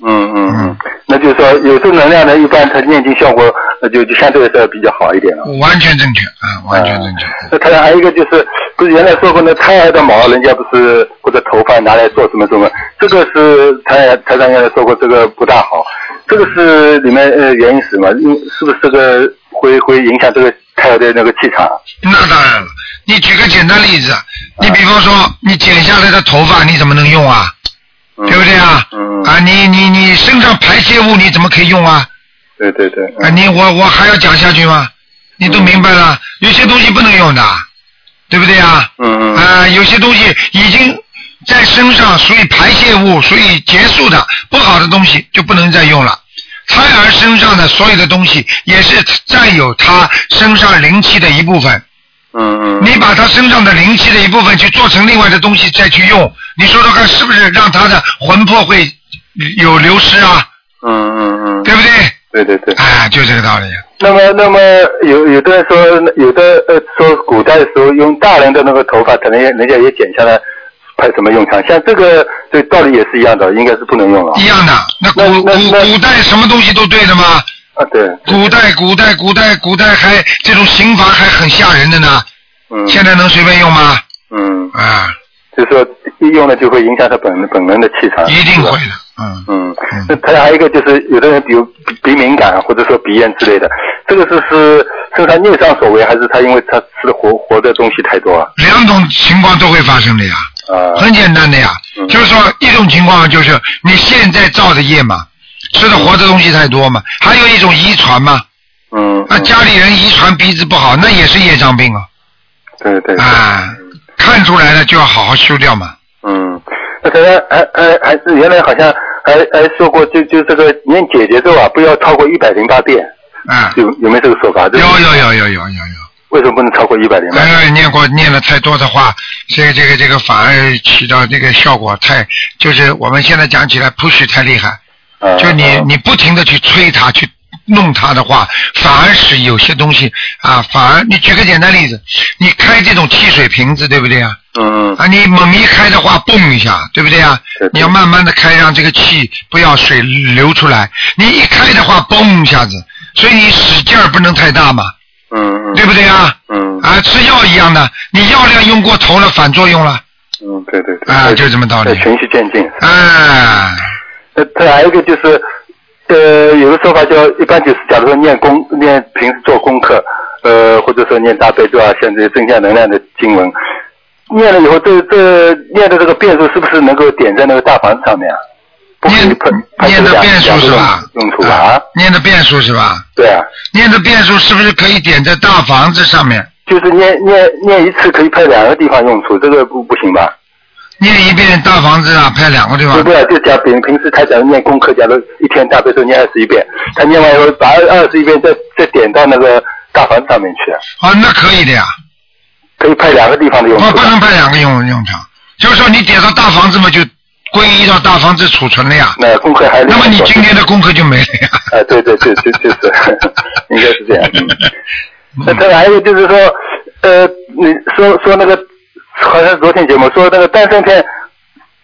F: 嗯嗯
B: 嗯
F: 嗯，那就是说有这能量呢，一般它念经效果那就就相对来说比较好一点了。
B: 完全正确，啊，完全正确。
F: 那他还有一个就是，不是原来说过那胎儿的毛，人家不是或者头发拿来做什么什么，这个是台台长原来说过这个不大好，这个是里面呃原因是什么？因是不是这个会会影响这个胎儿的那个气场？
B: 那当然了，你举个简单例子，啊你比方说你剪下来的头发，你怎么能用啊？
F: 嗯
B: 对不对啊？
F: 嗯
B: 啊，你你你身上排泄物你怎么可以用啊？
F: 对对对，
B: 啊，你我我还要讲下去吗？你都明白了，有些东西不能用的，对不对啊？
F: 嗯嗯
B: 啊、有些东西已经在身上属于排泄物，属于结束的不好的东西就不能再用了。胎儿身上的所有的东西也是占有他身上灵气的一部分。
F: 嗯嗯
B: 你把他身上的灵气的一部分去做成另外的东西再去用，你说说看是不是让他的魂魄会有流失啊？
F: 嗯嗯嗯，
B: 对不对？
F: 对对对。
B: 哎，就这个道理。
F: 那么，那么有有的人说，有的呃说古代的时候用大人的那个头发，可能也人家也剪下来派什么用场？像这个这道理也是一样的，应该是不能用了
B: 一样的，那古
F: 那那
B: 古
F: 那
B: 古代什么东西都对的吗？
F: 啊。对，
B: 古代古代古代古代还这种刑罚还很吓人的呢，
F: 嗯
B: 现在能随便用吗？
F: 嗯，
B: 啊，
F: 就是说一用了就会影响他本本人的气场，
B: 一定
F: 是吧
B: 会的，嗯。
F: 嗯，那他还有一个就是，有的人比如鼻鼻敏感或者说鼻炎之类的，这个是是身上孽障所为，还是他因为他吃的活活的东西太多啊？
B: 两种情况都会发生的呀，
F: 啊，
B: 很简单的呀，
F: 嗯
B: 就是说一种情况就是你现在造的业嘛，吃的活的东西太多嘛，还有一种遗传嘛，
F: 嗯，
B: 啊，家里人遗传鼻子不好，那也是业障病啊，
F: 对对对。
B: 啊，看出来了就要好好修掉嘛，
F: 嗯，那刚才还还还是原来好像还还说过，就就这个念姐姐咒啊，不要超过一百零八遍，
B: 啊，
F: 有有没有这个说法？这
B: 有有有有有有有，
F: 为什么不能超过一百零八？
B: 哎呦，念过念了太多的话，这个这个这个反而起到这个效果太，就是我们现在讲起来 push 太厉害，
F: 啊
B: 就你
F: 啊
B: 你不停的去催他去弄他的话，反而使有些东西啊，反而你举个简单例子，你开这种汽水瓶子对不对啊？
F: 嗯
B: 啊，你猛一开的话，嘣一下，对不对啊
F: 对？对
B: 你要慢慢的开，让这个气不要水流出来。你一开的话，嘣一下子，所以你使劲儿不能太大嘛，
F: 嗯嗯
B: 对不对啊？
F: 嗯
B: 啊，吃药一样的，你药量用过头了，反作用了，
F: 嗯，对对对，
B: 啊，就这么道
F: 要
B: 理。
F: 循序渐进。
B: 哎，
F: 呃，它还有一个就是，呃，有个说法叫，一般就是假如说念功念平时做功课，呃，或者说念大悲咒啊，像这些增加能量的经文，念了以后，这这念的这个变数是不是能够点在那个大房子上面啊？不可以
B: 念
F: 喷
B: 念的变数是吧？
F: 用处吧？啊，
B: 念的变数是吧？
F: 对啊，
B: 念的变数是不是可以点在大房子上面？
F: 就是念念念一次可以派两个地方用处，这个不不行吧？
B: 念一遍大房子啊，拍两个地
F: 对
B: 方
F: 不。对？就讲平平时他假如念功课，假如一天大悲咒念二十一遍，他念完以后把二二十一遍再再点到那个大房子上面去啊。
B: 啊，那可以的呀。
F: 可以派两个地方的用
B: 不
F: 途
B: 不能派两个用用场，就是说你点到大房子嘛，就归依到大房子储存了呀。
F: 那功课还
B: 那么你今
F: 啊、
B: 天的功课就没了呀。
F: 哎对对对，就就是，
B: <laughs>
F: 应该是这样。嗯那他还有就是说，呃，你说说那个，好像是昨天节目说那个丹参片，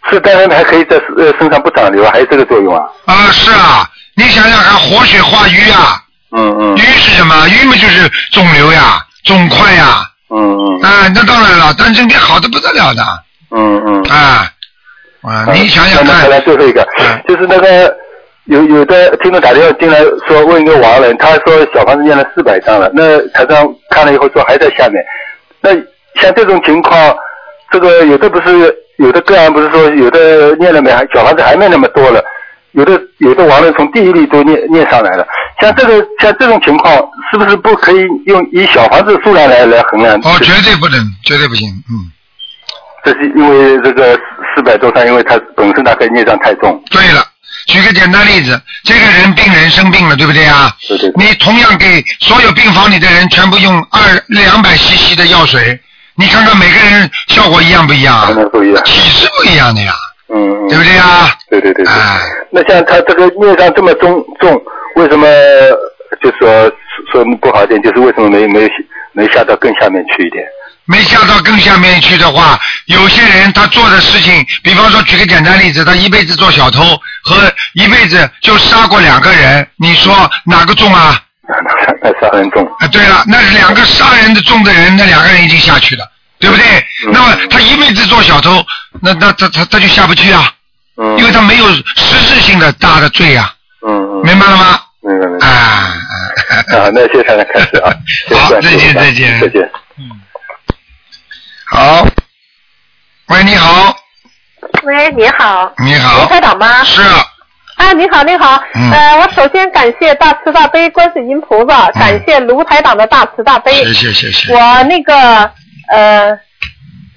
F: 吃丹参片还可以在呃身上不长瘤，还有这个作用啊？
B: 啊，是啊，你想想看，活血化瘀啊，
F: 嗯嗯
B: 瘀是什么？瘀嘛就是肿瘤呀、肿块呀。
F: 嗯嗯
B: 啊，那当然了，丹参片好的不得了的
F: 嗯嗯。
B: 啊。啊，你想想
F: 那么
B: 看
F: 再，来最后一个
B: 嗯，
F: 就是那个有有的听众打电话进来说问一个亡人，他说小房子念了四百张了，那台上看了以后说还在下面，那像这种情况，这个有的不是有的个案不是说有的念了没小房子还没那么多了。有的有的亡人从地狱里都念念上来了，像这个像这种情况，是不是不可以用以小房子数量来来衡量？
B: 哦，绝对不能，绝对不行，嗯。
F: 这是因为这个四百多张，因为他本身大概孽障太重。
B: 对了，举个简单例子，这个人病人生病了，对不对啊？
F: 对对对
B: 你同样给所有病房里的人全部用二两百 CC 的药水，你看看每个人效果一样不一样啊
F: 还？能注意啊。
B: 体质不一样的呀，
F: 嗯，嗯
B: 对不对啊？
F: 对对对对。
B: 哎，
F: 那像他这个孽障这么重重，为什么就说说不好一点，就是为什么没没有没下到更下面去一点？ <laughs>
B: 没下到更下面去的话，有些人他做的事情，比方说举个简单例子，他一辈子做小偷和一辈子就杀过两个人，你说哪个重啊？
F: 那那那杀人重，
B: 啊，对了，那两个杀人的重的人，那两个人已经下去了，对不对？
F: 嗯
B: 那么他一辈子做小偷，那那他他他就下不去啊，
F: 嗯，
B: 因为他没有实质性的大的罪啊，
F: 嗯嗯，
B: 明白了吗？
F: 明白明
B: 啊
F: 白。
B: 啊，
F: 啊，那谢谢大家开始啊，谢谢
B: 好
F: 关注
B: 再见
F: 啊
B: 再见
F: 再见。
B: 好。喂，你好，
C: 喂，你好，
B: 你
C: 卢
B: 好，
C: 台长吗？
B: 是，
C: 啊，你好，你好。
B: 嗯
C: 呃，我首先感谢大慈大悲观世音菩萨，感谢卢台长的大慈大悲。
B: 谢谢谢谢，
C: 我那个呃，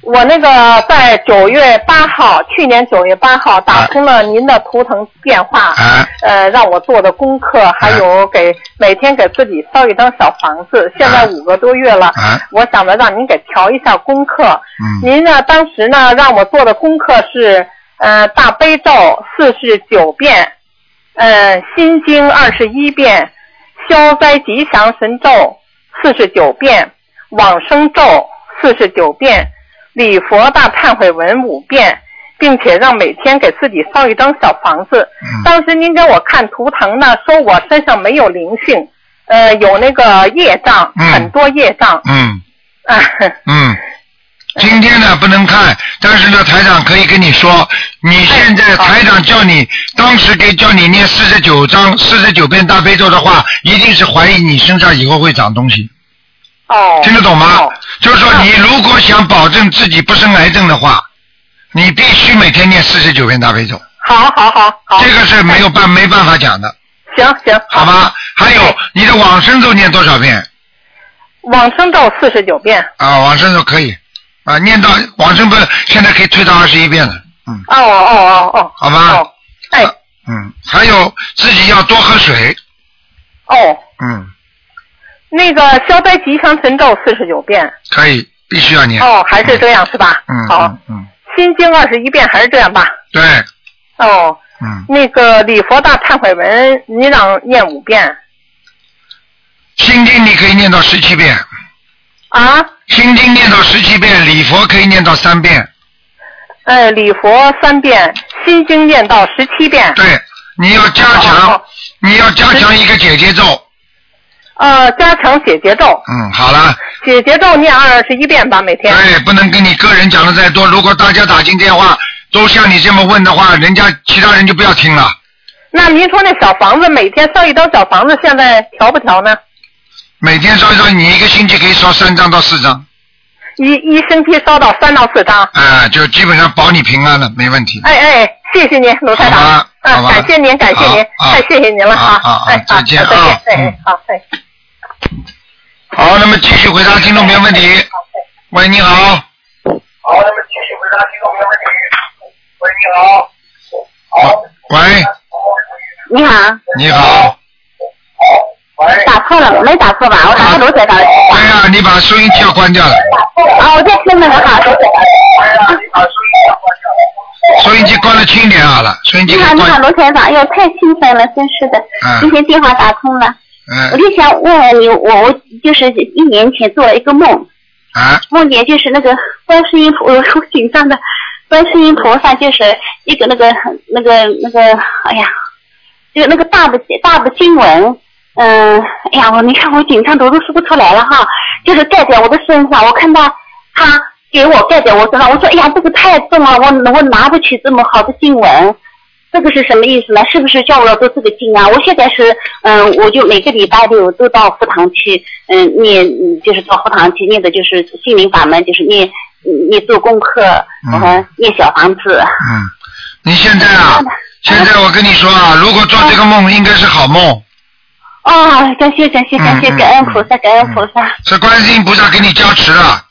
C: 我那个在九月八号，去年九月八号打通了您的图腾电话，
B: 啊，
C: 呃，让我做的功课，还有给每天给自己烧一张小房子，现在五个多月了，
B: 啊
C: 我想着让您给调一下功课。
B: 嗯，
C: 您呢，当时呢让我做的功课是呃大悲咒四十九遍，呃心经二十一遍，消灾吉祥神咒四十九遍，往生咒四十九遍，礼佛大忏悔文五遍，并且让每天给自己烧一张小房子。
B: 嗯
C: 当时您给我看图腾呢，说我身上没有灵性，呃有那个业障，
B: 嗯
C: 很多业障。
B: 嗯
C: 啊， <laughs>
B: 嗯。今天呢不能看，但是呢台长可以跟你说，你现在台长叫你当时给叫你念四十九章四十九遍大悲咒的话，一定是怀疑你身上以后会长东西，
C: 哦，
B: 听得懂吗
C: 哦？
B: 就是说你如果想保证自己不生癌症的话，你必须每天念四十九遍大悲咒，
C: 好好好好，
B: 这个是没有办没办法讲的，
C: 行行，
B: 好吧？还有你的往生咒念多少遍
C: 往生咒四十九遍。
B: 啊？往生咒可以啊，念到
G: 嗯
B: 往生咒现在可以推到二十一遍了，嗯，
C: 哦哦哦哦，
B: 好吧？
C: 哦，哎，
B: 嗯，还有自己要多喝水。
C: 哦，
B: 嗯，
G: 那个消灾吉祥神咒四十九遍。
B: 可以，必须要念。
G: 哦，还是这样是吧？
B: 嗯，
G: 好，
B: 嗯嗯，
G: 心经二十一遍，还是这样吧？
B: 对，
G: 哦，
B: 嗯，
G: 那个礼佛大忏悔文，你让念五遍
B: 心经你可以念到十七遍，
G: 啊？
B: 心经念到十七遍，礼佛可以念到三遍。
G: 呃，礼佛三遍，心经念到十七遍。
B: 对，你要加
G: 哦
B: 强，你要加强一个姐姐咒。
G: 呃，加强解结咒，
B: 嗯，好了，
G: 解结咒念二十一遍吧，每天。
B: 对，不能跟你个人讲的再多。如果大家打进电话都像你这么问的话，人家其他人就不要听了。
G: 那您说那小房子每天烧一张小房子，现在调不调呢？
B: 每天烧一烧，你一个星期可以烧三张到四张，
G: 一一星期烧到三到四张。
B: 哎、就基本上保你平安了，没问题。
G: 哎哎，谢谢您，卢台
B: 好
G: 长
B: 吧，好
G: 嗯，
B: 吧
G: 感谢您，感谢您
B: 啊啊，
G: 太谢谢您了
B: 啊啊
G: 哈，
B: 啊
G: 哎，好
B: 再见
G: 好再
B: 啊
G: 见，哎
B: 嗯
G: 哎，好，哎。
B: 好，那么继续回答听众朋友问题。
G: 哎
B: 喂，你好。好，那么继续回答听众朋友问题。喂，你好。好。喂，
H: 你好，
B: 你好。
H: 打错了，我没打错吧？我打到卢台长。
B: 啊对呀、你把收音机要关掉了，
H: 啊，我在听呢，我好。
B: 收音机关的轻一点好了，收音机
H: 你
B: 给
H: 好，你
B: 关。
H: 好，卢台长，哎呦，太兴奋了，真是的，
B: 嗯
H: 今天电话打通了，
B: 嗯
H: 我就想问问你，我我就是一年前做了一个梦，
B: 啊
H: 梦见就是那个观世音菩，我好紧张的，观世音菩萨就是一个那个那个那个，哎呀，就是那个大的大的经文，嗯、哎呀，我你看我紧张都都说不出来了哈，就是盖在我的身上，我看到他给我盖在我身上，我说哎呀，这个太重了，我我拿不起这么好的经文。这个是什么意思呢？是不是叫我要做这个经啊？我现在是，嗯、我就每个礼拜六都到佛堂去，嗯、念嗯就是到佛堂去念的就是心灵法门，就是念嗯念做功课，然后念小房子。
B: 嗯，你现在
H: 嗯
B: 啊，现在我跟你说啊，如果做这个梦，应该是好梦，
H: 哦，感谢感谢感谢，
B: 嗯嗯
H: 感恩菩萨，感恩菩萨。
B: 是观世音菩萨给你加持了。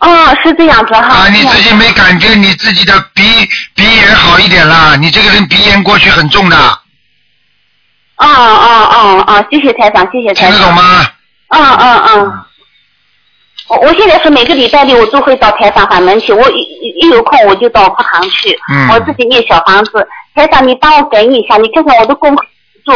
H: 哦，是这样子哈。
B: 啊，你自己没感觉你自己的鼻鼻炎好一点啦？你这个人鼻炎过去很重的，
H: 哦哦哦哦，谢谢台长，谢谢
B: 听
H: 台长。
B: 得懂吗？
H: 嗯嗯嗯。我我现在是每个礼拜六我都会到台上法门去，我一一一有空我就到课堂去，
B: 嗯
H: 我自己念小房子。台长，你帮我改一下，你看看我的功课做。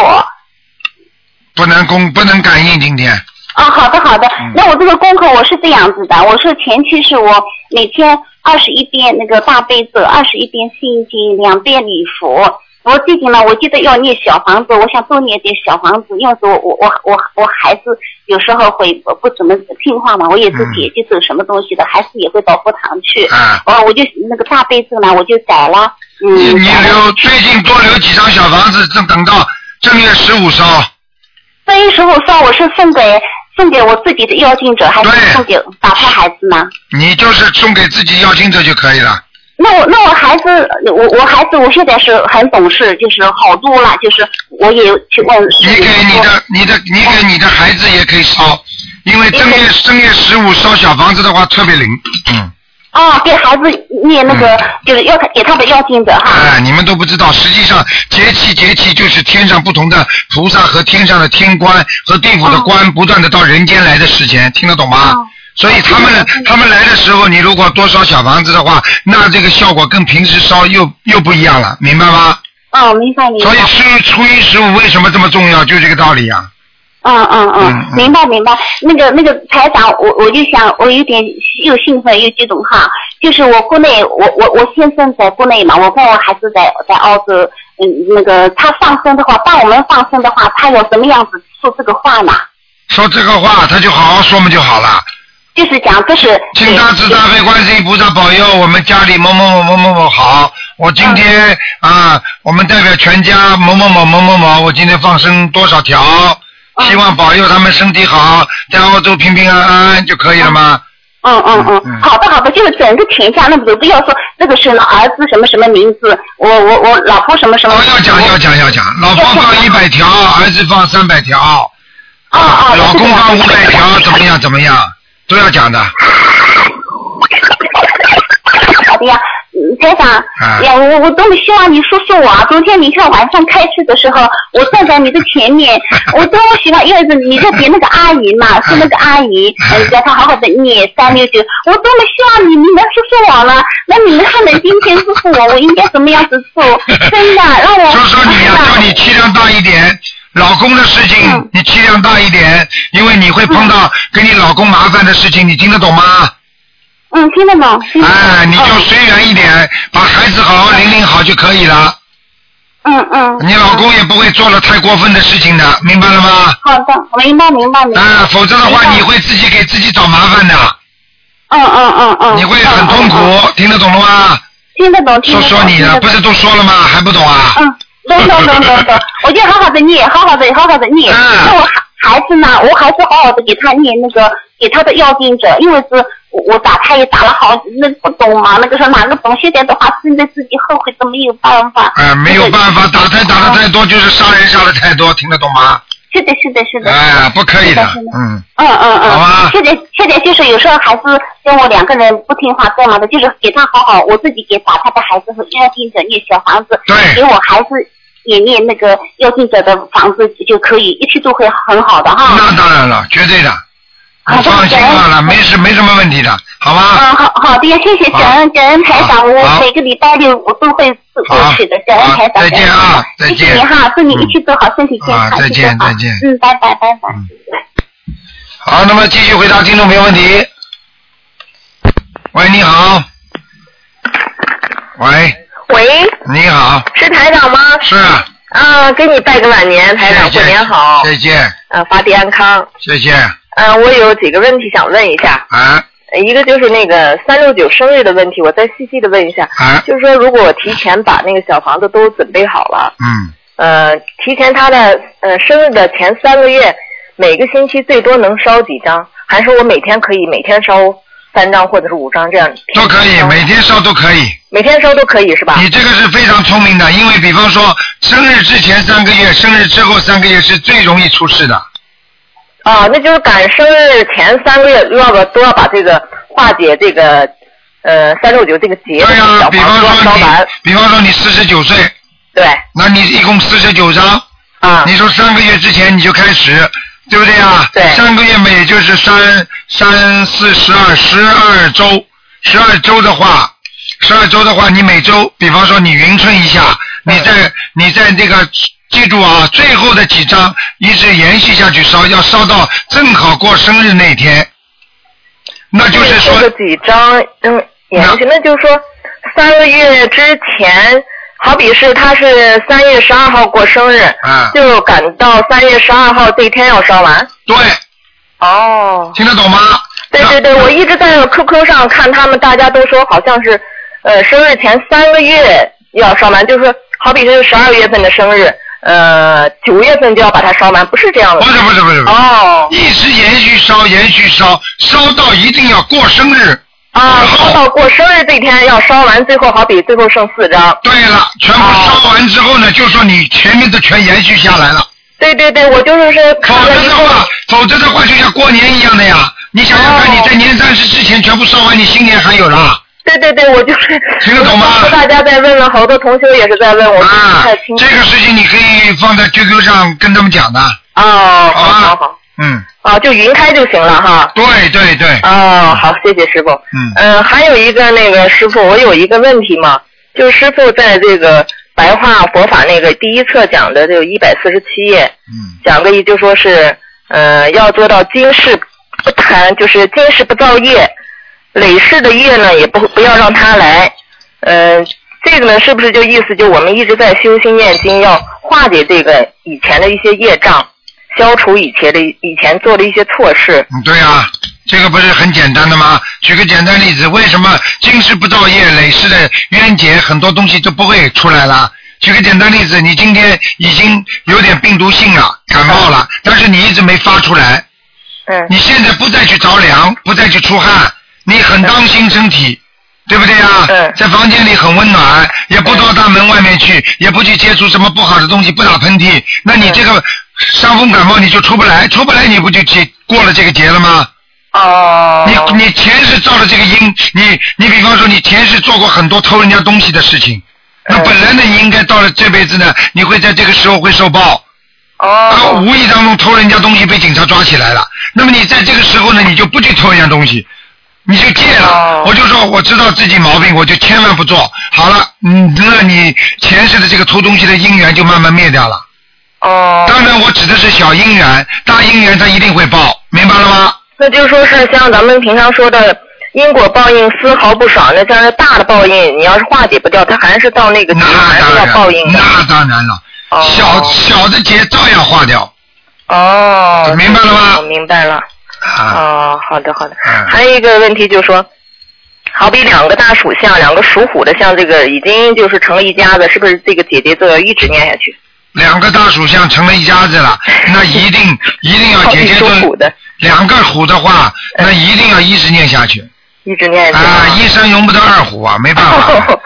B: 不能攻，不能感应今天。
H: 啊，好的好的，
B: 嗯
H: 那我这个功课我是这样子的，我是前期是我每天二十一遍那个大悲咒，二十一遍心经，两遍礼佛。我最近呢，我记得要念小房子，我想多念点小房子，因为我我我我我孩子有时候会不不怎么听话嘛，我也自己也就走什么东
B: 嗯
H: 西的，还是也会到佛堂去。
B: 啊
H: 哦，我就那个大悲咒呢，我就改了，嗯，
B: 你你
H: 改了
B: 留最近多留几张小房子，正等到正月十五烧。
H: 三月十五说我是送给送给我自己的要敬者，还
B: 对
H: 是送给打胎孩子呢？
B: 你就是送给自己要经者就可以了。
H: 那我那我孩子，我我孩子，我现在是很懂事，就是好多了，就是我也有去问
B: 你
H: 师傅
B: 给你的、你的、你给你的孩子也可以烧，因为正月正月十五烧小房子的话特别灵。嗯，
H: 啊，给孩子念那个，就是要他给他的要经者哈。
B: 哎，你们都不知道，实际上节气节气就是天上不同的菩萨和天上的天官和地
H: 哦
B: 府的官不断的到人间来的时间，听得懂吗？所以他
H: 哦
B: 们他们来的时候，你如果多烧小房子的话，那这个效果跟平时烧又又不一样了，明白吗？
H: 哦，明白
B: 嗯
H: 明白
B: 所以。初初一十五为什么这么重要，就这个道理啊。
H: 嗯
B: 嗯
H: 嗯嗯，明白明白。那个那个台长，我我就想，我有点又兴奋又激动哈。就是我国内，我我我先生在国内嘛，我跟我孩子在在澳洲，嗯，那个他放生的话，帮我们放生的话，他要什么样子说这个话呢？
B: 说这个话，他就好好说嘛就好了。
H: 就是讲这是
B: 请大慈大悲观世音菩萨保佑我们家里某某某某某某好。我今天、啊，我们代表全家某某某某某某，我今天放生多少条，希望保佑他们身体好，在澳洲平平安安就可以了吗？
H: 嗯嗯
B: 嗯
H: 嗯，好的好的，就是整个天下那么多，不要说这个是儿子什么什么名字，我我我老婆什么什么。
B: 哦，要讲要讲要讲，老婆放一百条，儿子放三百条，
H: 啊啊！
B: 老公放
H: 我
B: 五
H: 知道
B: 百条，怎么样怎么样，都要讲的。
H: 好的呀，嗯台长，
B: 啊
H: 呀，我我多么希望你说说我啊！昨天你看晚上开车的时候，我站在你的
B: <laughs>
H: 前面，我多么希望，因为是你在给那个阿姨
B: 啊
H: 嘛，是那个阿姨，呃叫她好好的念三六九，我多么希望你你能说说我了，那你能不能今天祝福我，我应该怎么样子做？真的，让我
B: 就说你呀、叫你气量大一点。老公的事
H: 嗯
B: 情，你气量大一点，因为你会碰到给你老公麻烦的事情，你听得懂吗？
H: 嗯，哦听得懂，听得懂，
B: 哎，你就随缘一点，把孩子好好领领好就可以了。
H: 嗯嗯，
B: 你老公也不会做了太过分的事情的，明白了吗？
H: 好的，明白明嗯白明白，
B: 啊，否则的话你会自己给自己找麻烦的，
H: 嗯嗯嗯嗯，
B: 啊你会很痛
H: 嗯，嗯嗯
B: 苦，听得懂了吗？
H: 听得懂，听
B: 说
H: 得懂，
B: 说你
H: 听得
B: 了，
H: 懂
B: 不是都说了吗？还不懂啊？
H: 嗯，懂懂懂懂
B: <laughs>
H: 懂，我就好好的念，好好的好好的念。
B: 嗯
H: 那我孩孩子呢，我还是好好的给他念那个给他的要经者，因为是我我打他也打了好，那不懂嘛，那个时候哪个懂？现在的话，真的自己后悔都没有办法。
B: 哎，没有办
H: 嗯
B: 法，打胎打的太多就是杀人杀的太多，听得懂吗？
H: 是的，是的，是的。
B: 哎，不可以的
H: 是的是，的
B: 嗯。
H: 嗯嗯
B: 好吧
H: 嗯，现在现在就是有时候孩子跟我两个人不听话干嘛的，就是给他好好，我自己给打他的孩子和要经者念小房子，
B: 对
H: 给我孩子也念那个要经者的房子就可以，一切都会很好的哈。
B: 那当然了，绝对的，
H: 好
B: 你
H: 的
B: 啊放心哎啊好了，没事，没什么问题的，好吧？
H: 嗯，好好的，谢谢感恩感恩台
B: 好
H: 长，
B: 好
H: 我每个礼拜六我都会过
B: 好
H: 去的，感恩
B: 好
H: 台长。
B: 再见啊
H: 感恩台长
B: 再见
H: 谢谢你哈，祝你一
B: 嗯
H: 切都好，身体健
B: 啊
H: 康。
B: 再
H: 一切
B: 见
H: 都好
B: 再见
H: 嗯，拜拜拜拜。
B: 好，那么继续回答听众朋友问题。喂，你好。喂，
C: 喂，
B: 你好，
C: 是台长吗？
B: 是
C: 啊，给你拜个晚年，台
B: 再
C: 长过
B: 见
C: 年好，
B: 再见，
C: 啊，法体安康。
B: 再见，
C: 嗯，我有几个问题想问一下，
B: 啊
C: 呃一个就是那个三六九生日的问题，我再细细的问一下，
B: 啊，
C: 就是说如果我提前把那个小房子都准备好了，
B: 嗯，
C: 呃，提前他的呃生日的前三个月，每个星期最多能烧几张？还是我每天可以每天烧三张或者是五张这样？
B: 都可以，每天烧都可以。
C: 每天烧都可以是吧？
B: 你这个是非常聪明的，因为比方说生日之前三个月，生日之后三个月是最容易出事的。
C: 啊，那就是赶生日前三个月，都要把都要把这个化解这个呃三六九这个结的
B: 对呀、
C: 小
B: 比方
C: 房子
B: 说
C: 烧完
B: 你，，比方说你四十九岁，
C: 对
B: 那你一共四十九张，
C: 啊
B: 你，说三个月之前你就开始，对不对啊？
C: 对
B: 三个月嘛，也就是三三四十二十二周，十二周的话，十二周的话，你每周，比方说你匀称一下，你在你在这个。记住啊，最后的几张一直延续下去烧，要烧到正好过生日那天，那就是说
C: 这个几张嗯延续，那就是说三个月之前，好比是他是三月十二号过生日，
B: 啊
C: 就赶到三月十二号这一天要烧完。
B: 对，
C: 哦，
B: 听得懂吗？
C: 对对对，我一直在 QQ 上看他们，大家都说好像是，呃，生日前三个月要烧完，就是好比是十二月份的生日，那呃，九月份就要把它烧完，不是这样的
B: 不。是不是不是不是，
C: 哦，
B: 一直延续烧，延续烧，烧到一定要过生日。
C: 啊，烧到过生日这天要烧完，最后好比最后剩四张。
B: 对了，全部烧完之后呢，就说你前面的全延续下来了，
C: 对对对，我就是是
B: 否
C: 看了
B: 则
C: 一
B: 的
C: 个，
B: 话，否则的话就像过年一样的呀。你想想看，
C: 哦
B: 你在年三十之前全部烧完，你新年还有啦。
C: 对对对，我 <laughs> 就是。
B: 听得懂吗
C: 我知道大家在问了，好多同学也是在问，我就不
B: 啊
C: 哦太清，楚
B: 这。个事情你可以放在 QQ 上跟他们讲的。
C: 哦，好好好，
B: 嗯，
C: 啊，就匀开就行了哈。
B: 对对对，
C: 哦，好，谢谢师傅。
B: 嗯
C: 呃，还有一个那个师傅，我有一个问题嘛，就是师傅在这个白话佛法那个第一册讲的，就一百四十七页，
B: 嗯
C: 讲的就说是，呃，要做到今世不谈，就是今世不造业，累世的业呢也不不要让它来。呃，这个呢是不是就意思就我们一直在修心念经，要化解这个以前的一些业障，消除以前的以前做的一些错事？
B: 嗯，对啊，这个不是很简单的吗？举个简单例子，为什么今世不造业，累世的冤结很多东西都不会出来了？举个简单例子，你今天已经有点病毒性了，感冒了，但是你一直没发出来，
C: 嗯
B: 你现在不再去着凉，不再去出汗，你很当心身体。对不对啊？
C: 嗯
B: 在房间里很温暖，也不到大门外面去，也不去接触什么不好的东西，不打喷嚏，那你这个伤风感冒你就出不来，出不来你不就结过了这个节了吗？
C: 哦。
B: 你你前世造了这个因，你你比方说你前世做过很多偷人家东西的事情，那
C: 哎
B: 本来呢你应该到了这辈子呢，你会在这个时候会受报。
C: 哦。
B: 无意当中偷人家东西被警察抓起来了，那么你在这个时候呢，你就不去偷人家东西，你就戒
C: 哦
B: 了。我就说我知道自己毛病，我就千万不做。好了，嗯，那你前世的这个偷东西的因缘就慢慢灭掉了。
C: 哦。
B: 当然，我指的是小因缘，大因缘它一定会报，明白了吗？
C: 那就说是像咱们平常说的因果报应丝毫不爽，那像是大的报应，你要是化解不掉，它还是到那个地还是要报应的。
B: 那当然了，小小的劫照样化掉。
C: 哦，
B: 明白了吗？
C: 我明白了。哦，好的好的。
B: 嗯
C: 还有一个问题就是说，好比两个大属相，两个属虎的，像这个已经就是成了一家子，是不是这个姐姐就要一直念下去？
B: 两个大属相成了一家子
C: <laughs>
B: 了，那一定一定要姐姐
C: 好比属
B: 就两个虎的话，那一定要一直念下去
C: 一直念下去。
B: 啊，一山容不得二虎啊，没办
C: <laughs>
B: 法啊，
C: 哦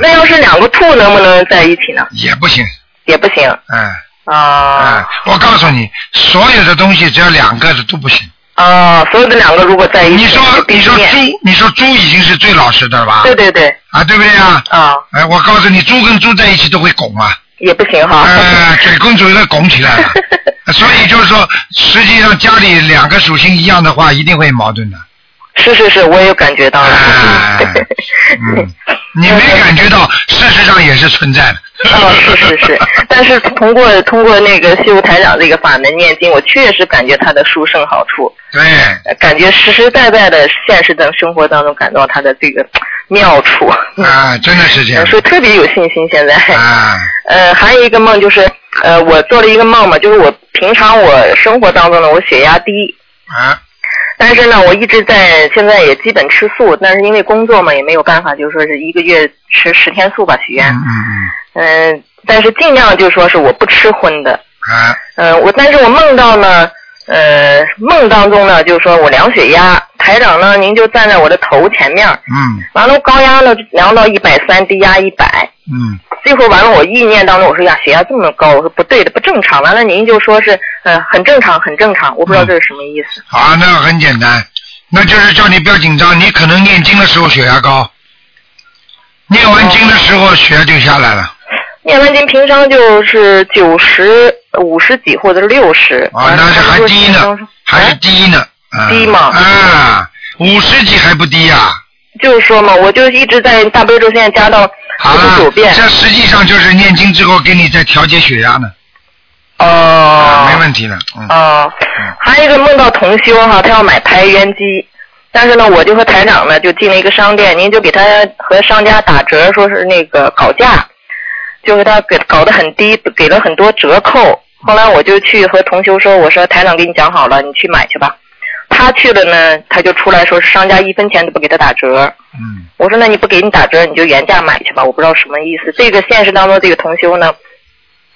C: 那要是两个兔能不能在一起呢？
B: 也不行，
C: 也不行
B: 嗯
C: 啊。
B: 嗯，我告诉你，所有的东西只要两个的都不行。
C: 啊，所有的两个如果在一起，
B: 你说
C: 就必
B: 你
C: 须
B: 说
C: 念
B: 猪，你说猪已经是最老实的了吧？
C: 对对对，
B: 啊，对不对啊？
C: 啊。
B: 哎，我告诉你，猪跟猪在一起都会拱啊。
C: 也不行哈。
B: 哎，嘴跟嘴都拱起来了。所以就是说，实际上家里两个属性一样的话，一定会矛盾的。哎
C: 是是是，我也感觉到了。
B: 啊
C: <laughs>
B: 嗯，你没感觉到，事实上也是存在的。
C: 啊，是是是，但是通过通过那个修台长这个法门念经，我确实感觉他的殊胜好处，
B: 对，
C: 呃感觉实实在在的现实的生活当中感到他的这个妙处，
B: 啊，真的是这样。
C: 所以特别有信心现在。
B: 啊，
C: 呃，还有一个梦就是，呃，我做了一个梦嘛，就是我平常我生活当中呢，我血压低，
B: 啊，
C: 但是呢，我一直在现在也基本吃素，但是因为工作嘛，也没有办法，就是说是一个月吃十天素吧，许愿。
B: 嗯嗯
C: 嗯、但是尽量就说是我不吃荤的。
B: 啊，
C: 嗯、我但是我梦到呢，呃，梦当中呢，就是说我量血压，台长呢您就站在我的头前面儿，
B: 嗯
C: 完了高压呢量到一百三，低压一百。
B: 嗯
C: 这会儿完了，我意念当中我说呀，血压这么高，我说不对的，不正常。完了您就说是，呃，很正常，很正常，我不知道这是什么意思。
B: 好，那很简单，那就是叫你不要紧张。你可能念经的时候血压高，念完经的时候血压就下来了。
C: 念完经平常就是九十五十几或者六十。
B: 啊，那是还低呢，还
C: 哎
B: 是低呢，啊
C: 低吗
B: 啊，五十几还不低啊呀、
C: 就是说嘛，我就一直在大悲咒现在加到
B: 好
C: 四十
B: 了
C: 九，遍。
B: 这实际上就是念经之后给你在调节血压呢，
C: 哦、
B: 没问题了，嗯，
C: 哦，还有一个梦到同修哈，他要买排冤机，但是呢，我就和台长呢就进了一个商店，您就给他和商家打折，说是那个搞价，就给他给搞得很低，给了很多折扣。后来我就去和同修说，我说台长给你讲好了，你去买去吧。他去了呢，他就出来说是商家一分钱都不给他打折。
B: 嗯，
C: 我说那你不给你打折，你就原价买去吧。我不知道什么意思。这个现实当中，这个同修呢，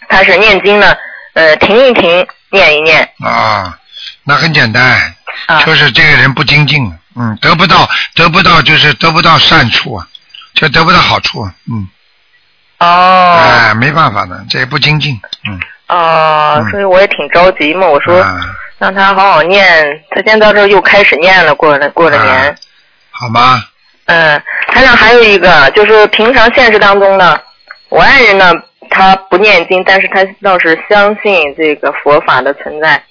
C: 他是念经呢，呃，停一停，念一念，
B: 啊，那很简单，
C: 啊
B: 就是这个人不精进，嗯，得不到得不到就是得不到善处啊，就得不到好处啊，嗯，
C: 哦，
B: 哎，没办法的，这也不精进，嗯，
C: 啊、所以我也挺着急嘛。我说、
B: 啊
C: 让他好好念，他现在到这儿又开始念了，过了过了
B: 哎
C: 年。
B: 好吗？
C: 嗯，台长还有一个就是平常现实当中呢，我爱人呢他不念经，但是他倒是相信这个佛法的存在。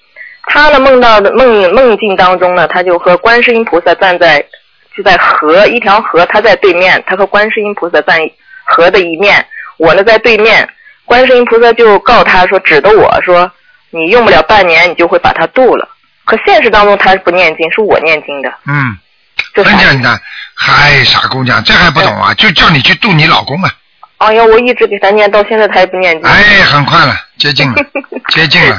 C: 他呢梦到的梦梦境当中呢，他就和观世音菩萨站在就在河一条河，他在对面，他和观世音菩萨站河的一面，我呢在对面。观世音菩萨就告他说，指着我说，你用不了半年，你就会把他渡了。可现实当中他是不念经，是我念经的。
B: 嗯，很简单，嗨，傻姑娘，这还不懂啊？就叫你去度你老公啊，
C: 哎呀，我一直给他念，到现在他也不念经。
B: 哎，很快了，接近了，接近了，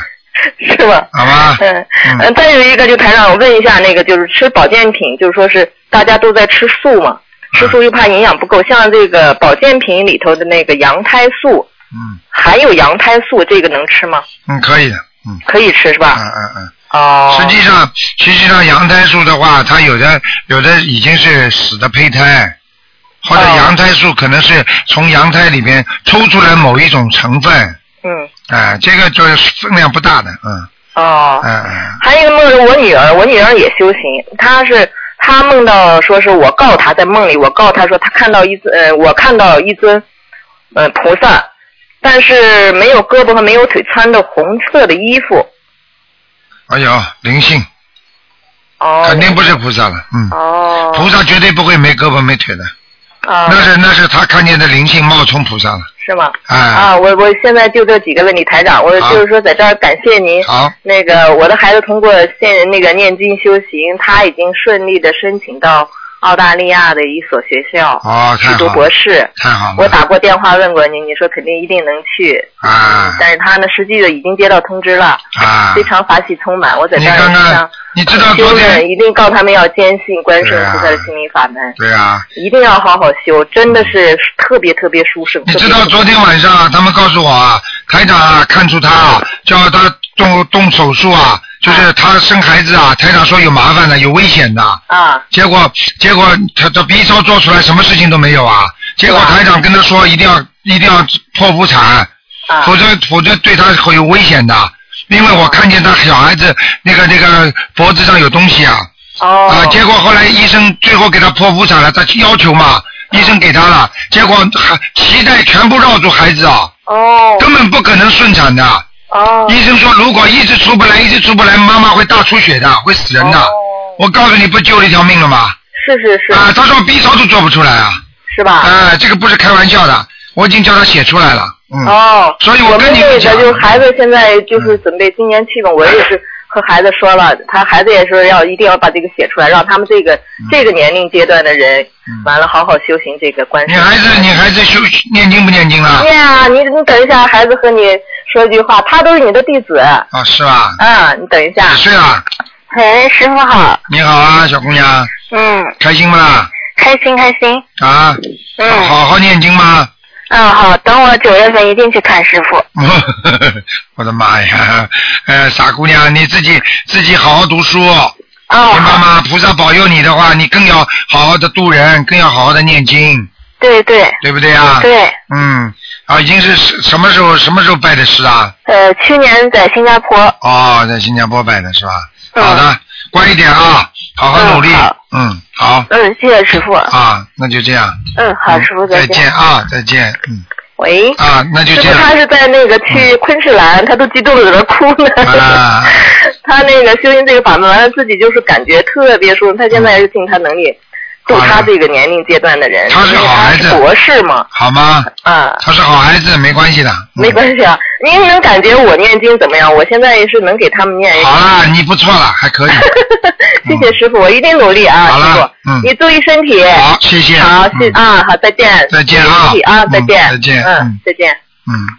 C: <laughs> 是吧？
B: 好吧？
C: 嗯嗯，再有一个就台长，我问一下，那个就是吃保健品，就是说是大家都在吃素嘛，吃素又怕营养不够，像这个保健品里头的那个羊胎素，
B: 嗯，
C: 含有羊胎素，这个能吃吗？
B: 嗯，可以的，嗯。
C: 可以吃是吧？
B: 嗯嗯嗯。
C: 哦。
B: 实际上，实际上羊胎素的话，它有的有的已经是死的胚胎，或者羊胎素可能是从羊胎里边抽出来某一种成分，哎
C: 嗯，
B: 啊、这个就是分量不大的，嗯。
C: 哦，
B: 嗯，
C: 还有一个梦是我女儿，我女儿也修行，她是她梦到说是我告她在梦里，我告她说她看到一尊，呃，我看到一尊，呃，菩萨，但是没有胳膊和没有腿，穿着红色的衣服。
B: 哎呦，灵性
C: 哦，
B: 肯定不是菩萨了，嗯，
C: 哦，
B: 菩萨绝对不会没胳膊没腿的，
C: 啊，
B: 那是那是他看见的灵性冒充菩萨了，
C: 是吗？
B: 哎
C: 啊，我我现在就这几个问题，台长，我
B: 好
C: 就是说在这儿感谢您。
B: 好，
C: 那个我的孩子通过现那个念经修行，他已经顺利的申请到澳大利亚的一所学校
B: 哦，
C: 去
B: 太
C: 读
B: 好
C: 博
B: 了，
C: 士。
B: 太好
C: 我
B: 了，
C: 打过电话问过您，你说肯定一定能去，
B: 啊
C: 但是他呢，实际的已经接到通知了，
B: 啊
C: 非，常法喜充满。我在
B: 你
C: 这儿
B: 看看
C: 向
B: 你知道昨
C: 修
B: 天
C: 人一定告他们要坚信观世音菩萨
B: 对
C: 的
B: 啊
C: 心灵法门，
B: 对啊，
C: 一定要好好修，真的是特别特别殊胜。
B: 你
C: 特别
B: 知道昨天晚上啊他们告诉我啊，台长啊看出他啊，叫他动动手术啊，就是他生孩子啊，台长说有麻烦的，有危险的。
C: 啊，
B: 结果结果他他 B 超做出来什么事情都没有啊，结果台长跟他说一定要一定要剖腹产，
C: 啊
B: 否则否则对他会有危险的，因为我看见他小孩子那个那个脖子上有东西啊，
C: 哦，
B: 啊，结果后来医生最后给他剖腹产了，他要求嘛，医生给他了，结果还脐带全部绕住孩子啊，
C: 哦
B: 根本不可能顺产的。
C: 哦
B: 医生说如果一直出不来，一直出不来，妈妈会大出血的，会死人的。
C: 哦
B: 我告诉你，不救了一条命了吗？
C: 是是是、
B: 啊，他说 B 超都做不出来啊，
C: 是吧？
B: 啊，这个不是开玩笑的，我已经叫他写出来了，嗯，
C: 哦，
B: 所以
C: 我
B: 跟
C: 们
B: 你
C: 那
B: 们
C: 个
B: 讲，嗯
C: 就是孩子现在就是准备今年去嘛，我也是和孩子说了，他孩子也说要一定要把这个写出来，让他们这个、
B: 嗯
C: 这个年龄阶段的人，完了好好修行这个观世
B: 你
C: 音
B: 孩子你孩子修念经不念经了？
C: 对呀、你你等一下，孩子和你说句话，他都是你的弟子，
B: 啊，是吧？
C: 啊，你等一下
B: 几。岁了？
G: 喂，师傅好，
B: 你好啊，小姑娘，
G: 嗯，
B: 开心不啦？
G: 开心开心，
B: 啊，
G: 嗯，
B: 好好念经吗？
G: 嗯好，等我九月份一定去看师傅，
B: <laughs> 我的妈呀！呃，傻姑娘，你自己自己好好读书，听妈
G: 哦，
B: 妈，菩萨保佑你的话，你更要好好的度人，更要好好的念经，
G: 对对
B: 对不对啊？
G: 对，
B: 嗯，啊，已经是什什么时候什么时候拜的师啊？
G: 呃，去年在新加坡，
B: 哦，在新加坡拜的是吧？
G: 嗯
B: 好的，乖一点啊，好好努力。嗯，好
G: 嗯，谢谢师傅，
B: 啊，那就这样。
G: 嗯，好，
B: 嗯
G: 师傅
B: 再
G: 见。
B: 见啊，再见。嗯
G: 喂，
B: 啊，那就
G: 师
B: 这
G: 傅
B: 样
G: 他是在那个去昆士兰，他都激动的在那哭呢。
B: 啊。
G: 他那个修行这个法门，完了自己就是感觉特别舒服。他现在是尽他能力度他这个年龄阶段的人。
B: 他是好孩
G: 因
B: 子
G: 为他是博士嘛，
B: 好吗？
G: 啊，
B: 他是好孩子，没关系的。嗯
G: 没关系啊。您能感觉我念经怎么样？我现在是能给他们念。
B: 好啦，你不错了，还可
G: <laughs>
B: 以。
G: 谢谢师傅，我一定努力啊，
B: 好了
G: 师傅。
B: 嗯
G: 你注意身体。
B: 好，谢谢。
G: 好，谢
B: 嗯
G: 啊，好，再见。
B: 再见
G: 注意
B: 啊
G: 身体啊，再
B: 嗯
G: 见。
B: 再见嗯
G: 嗯，再见。
B: 嗯。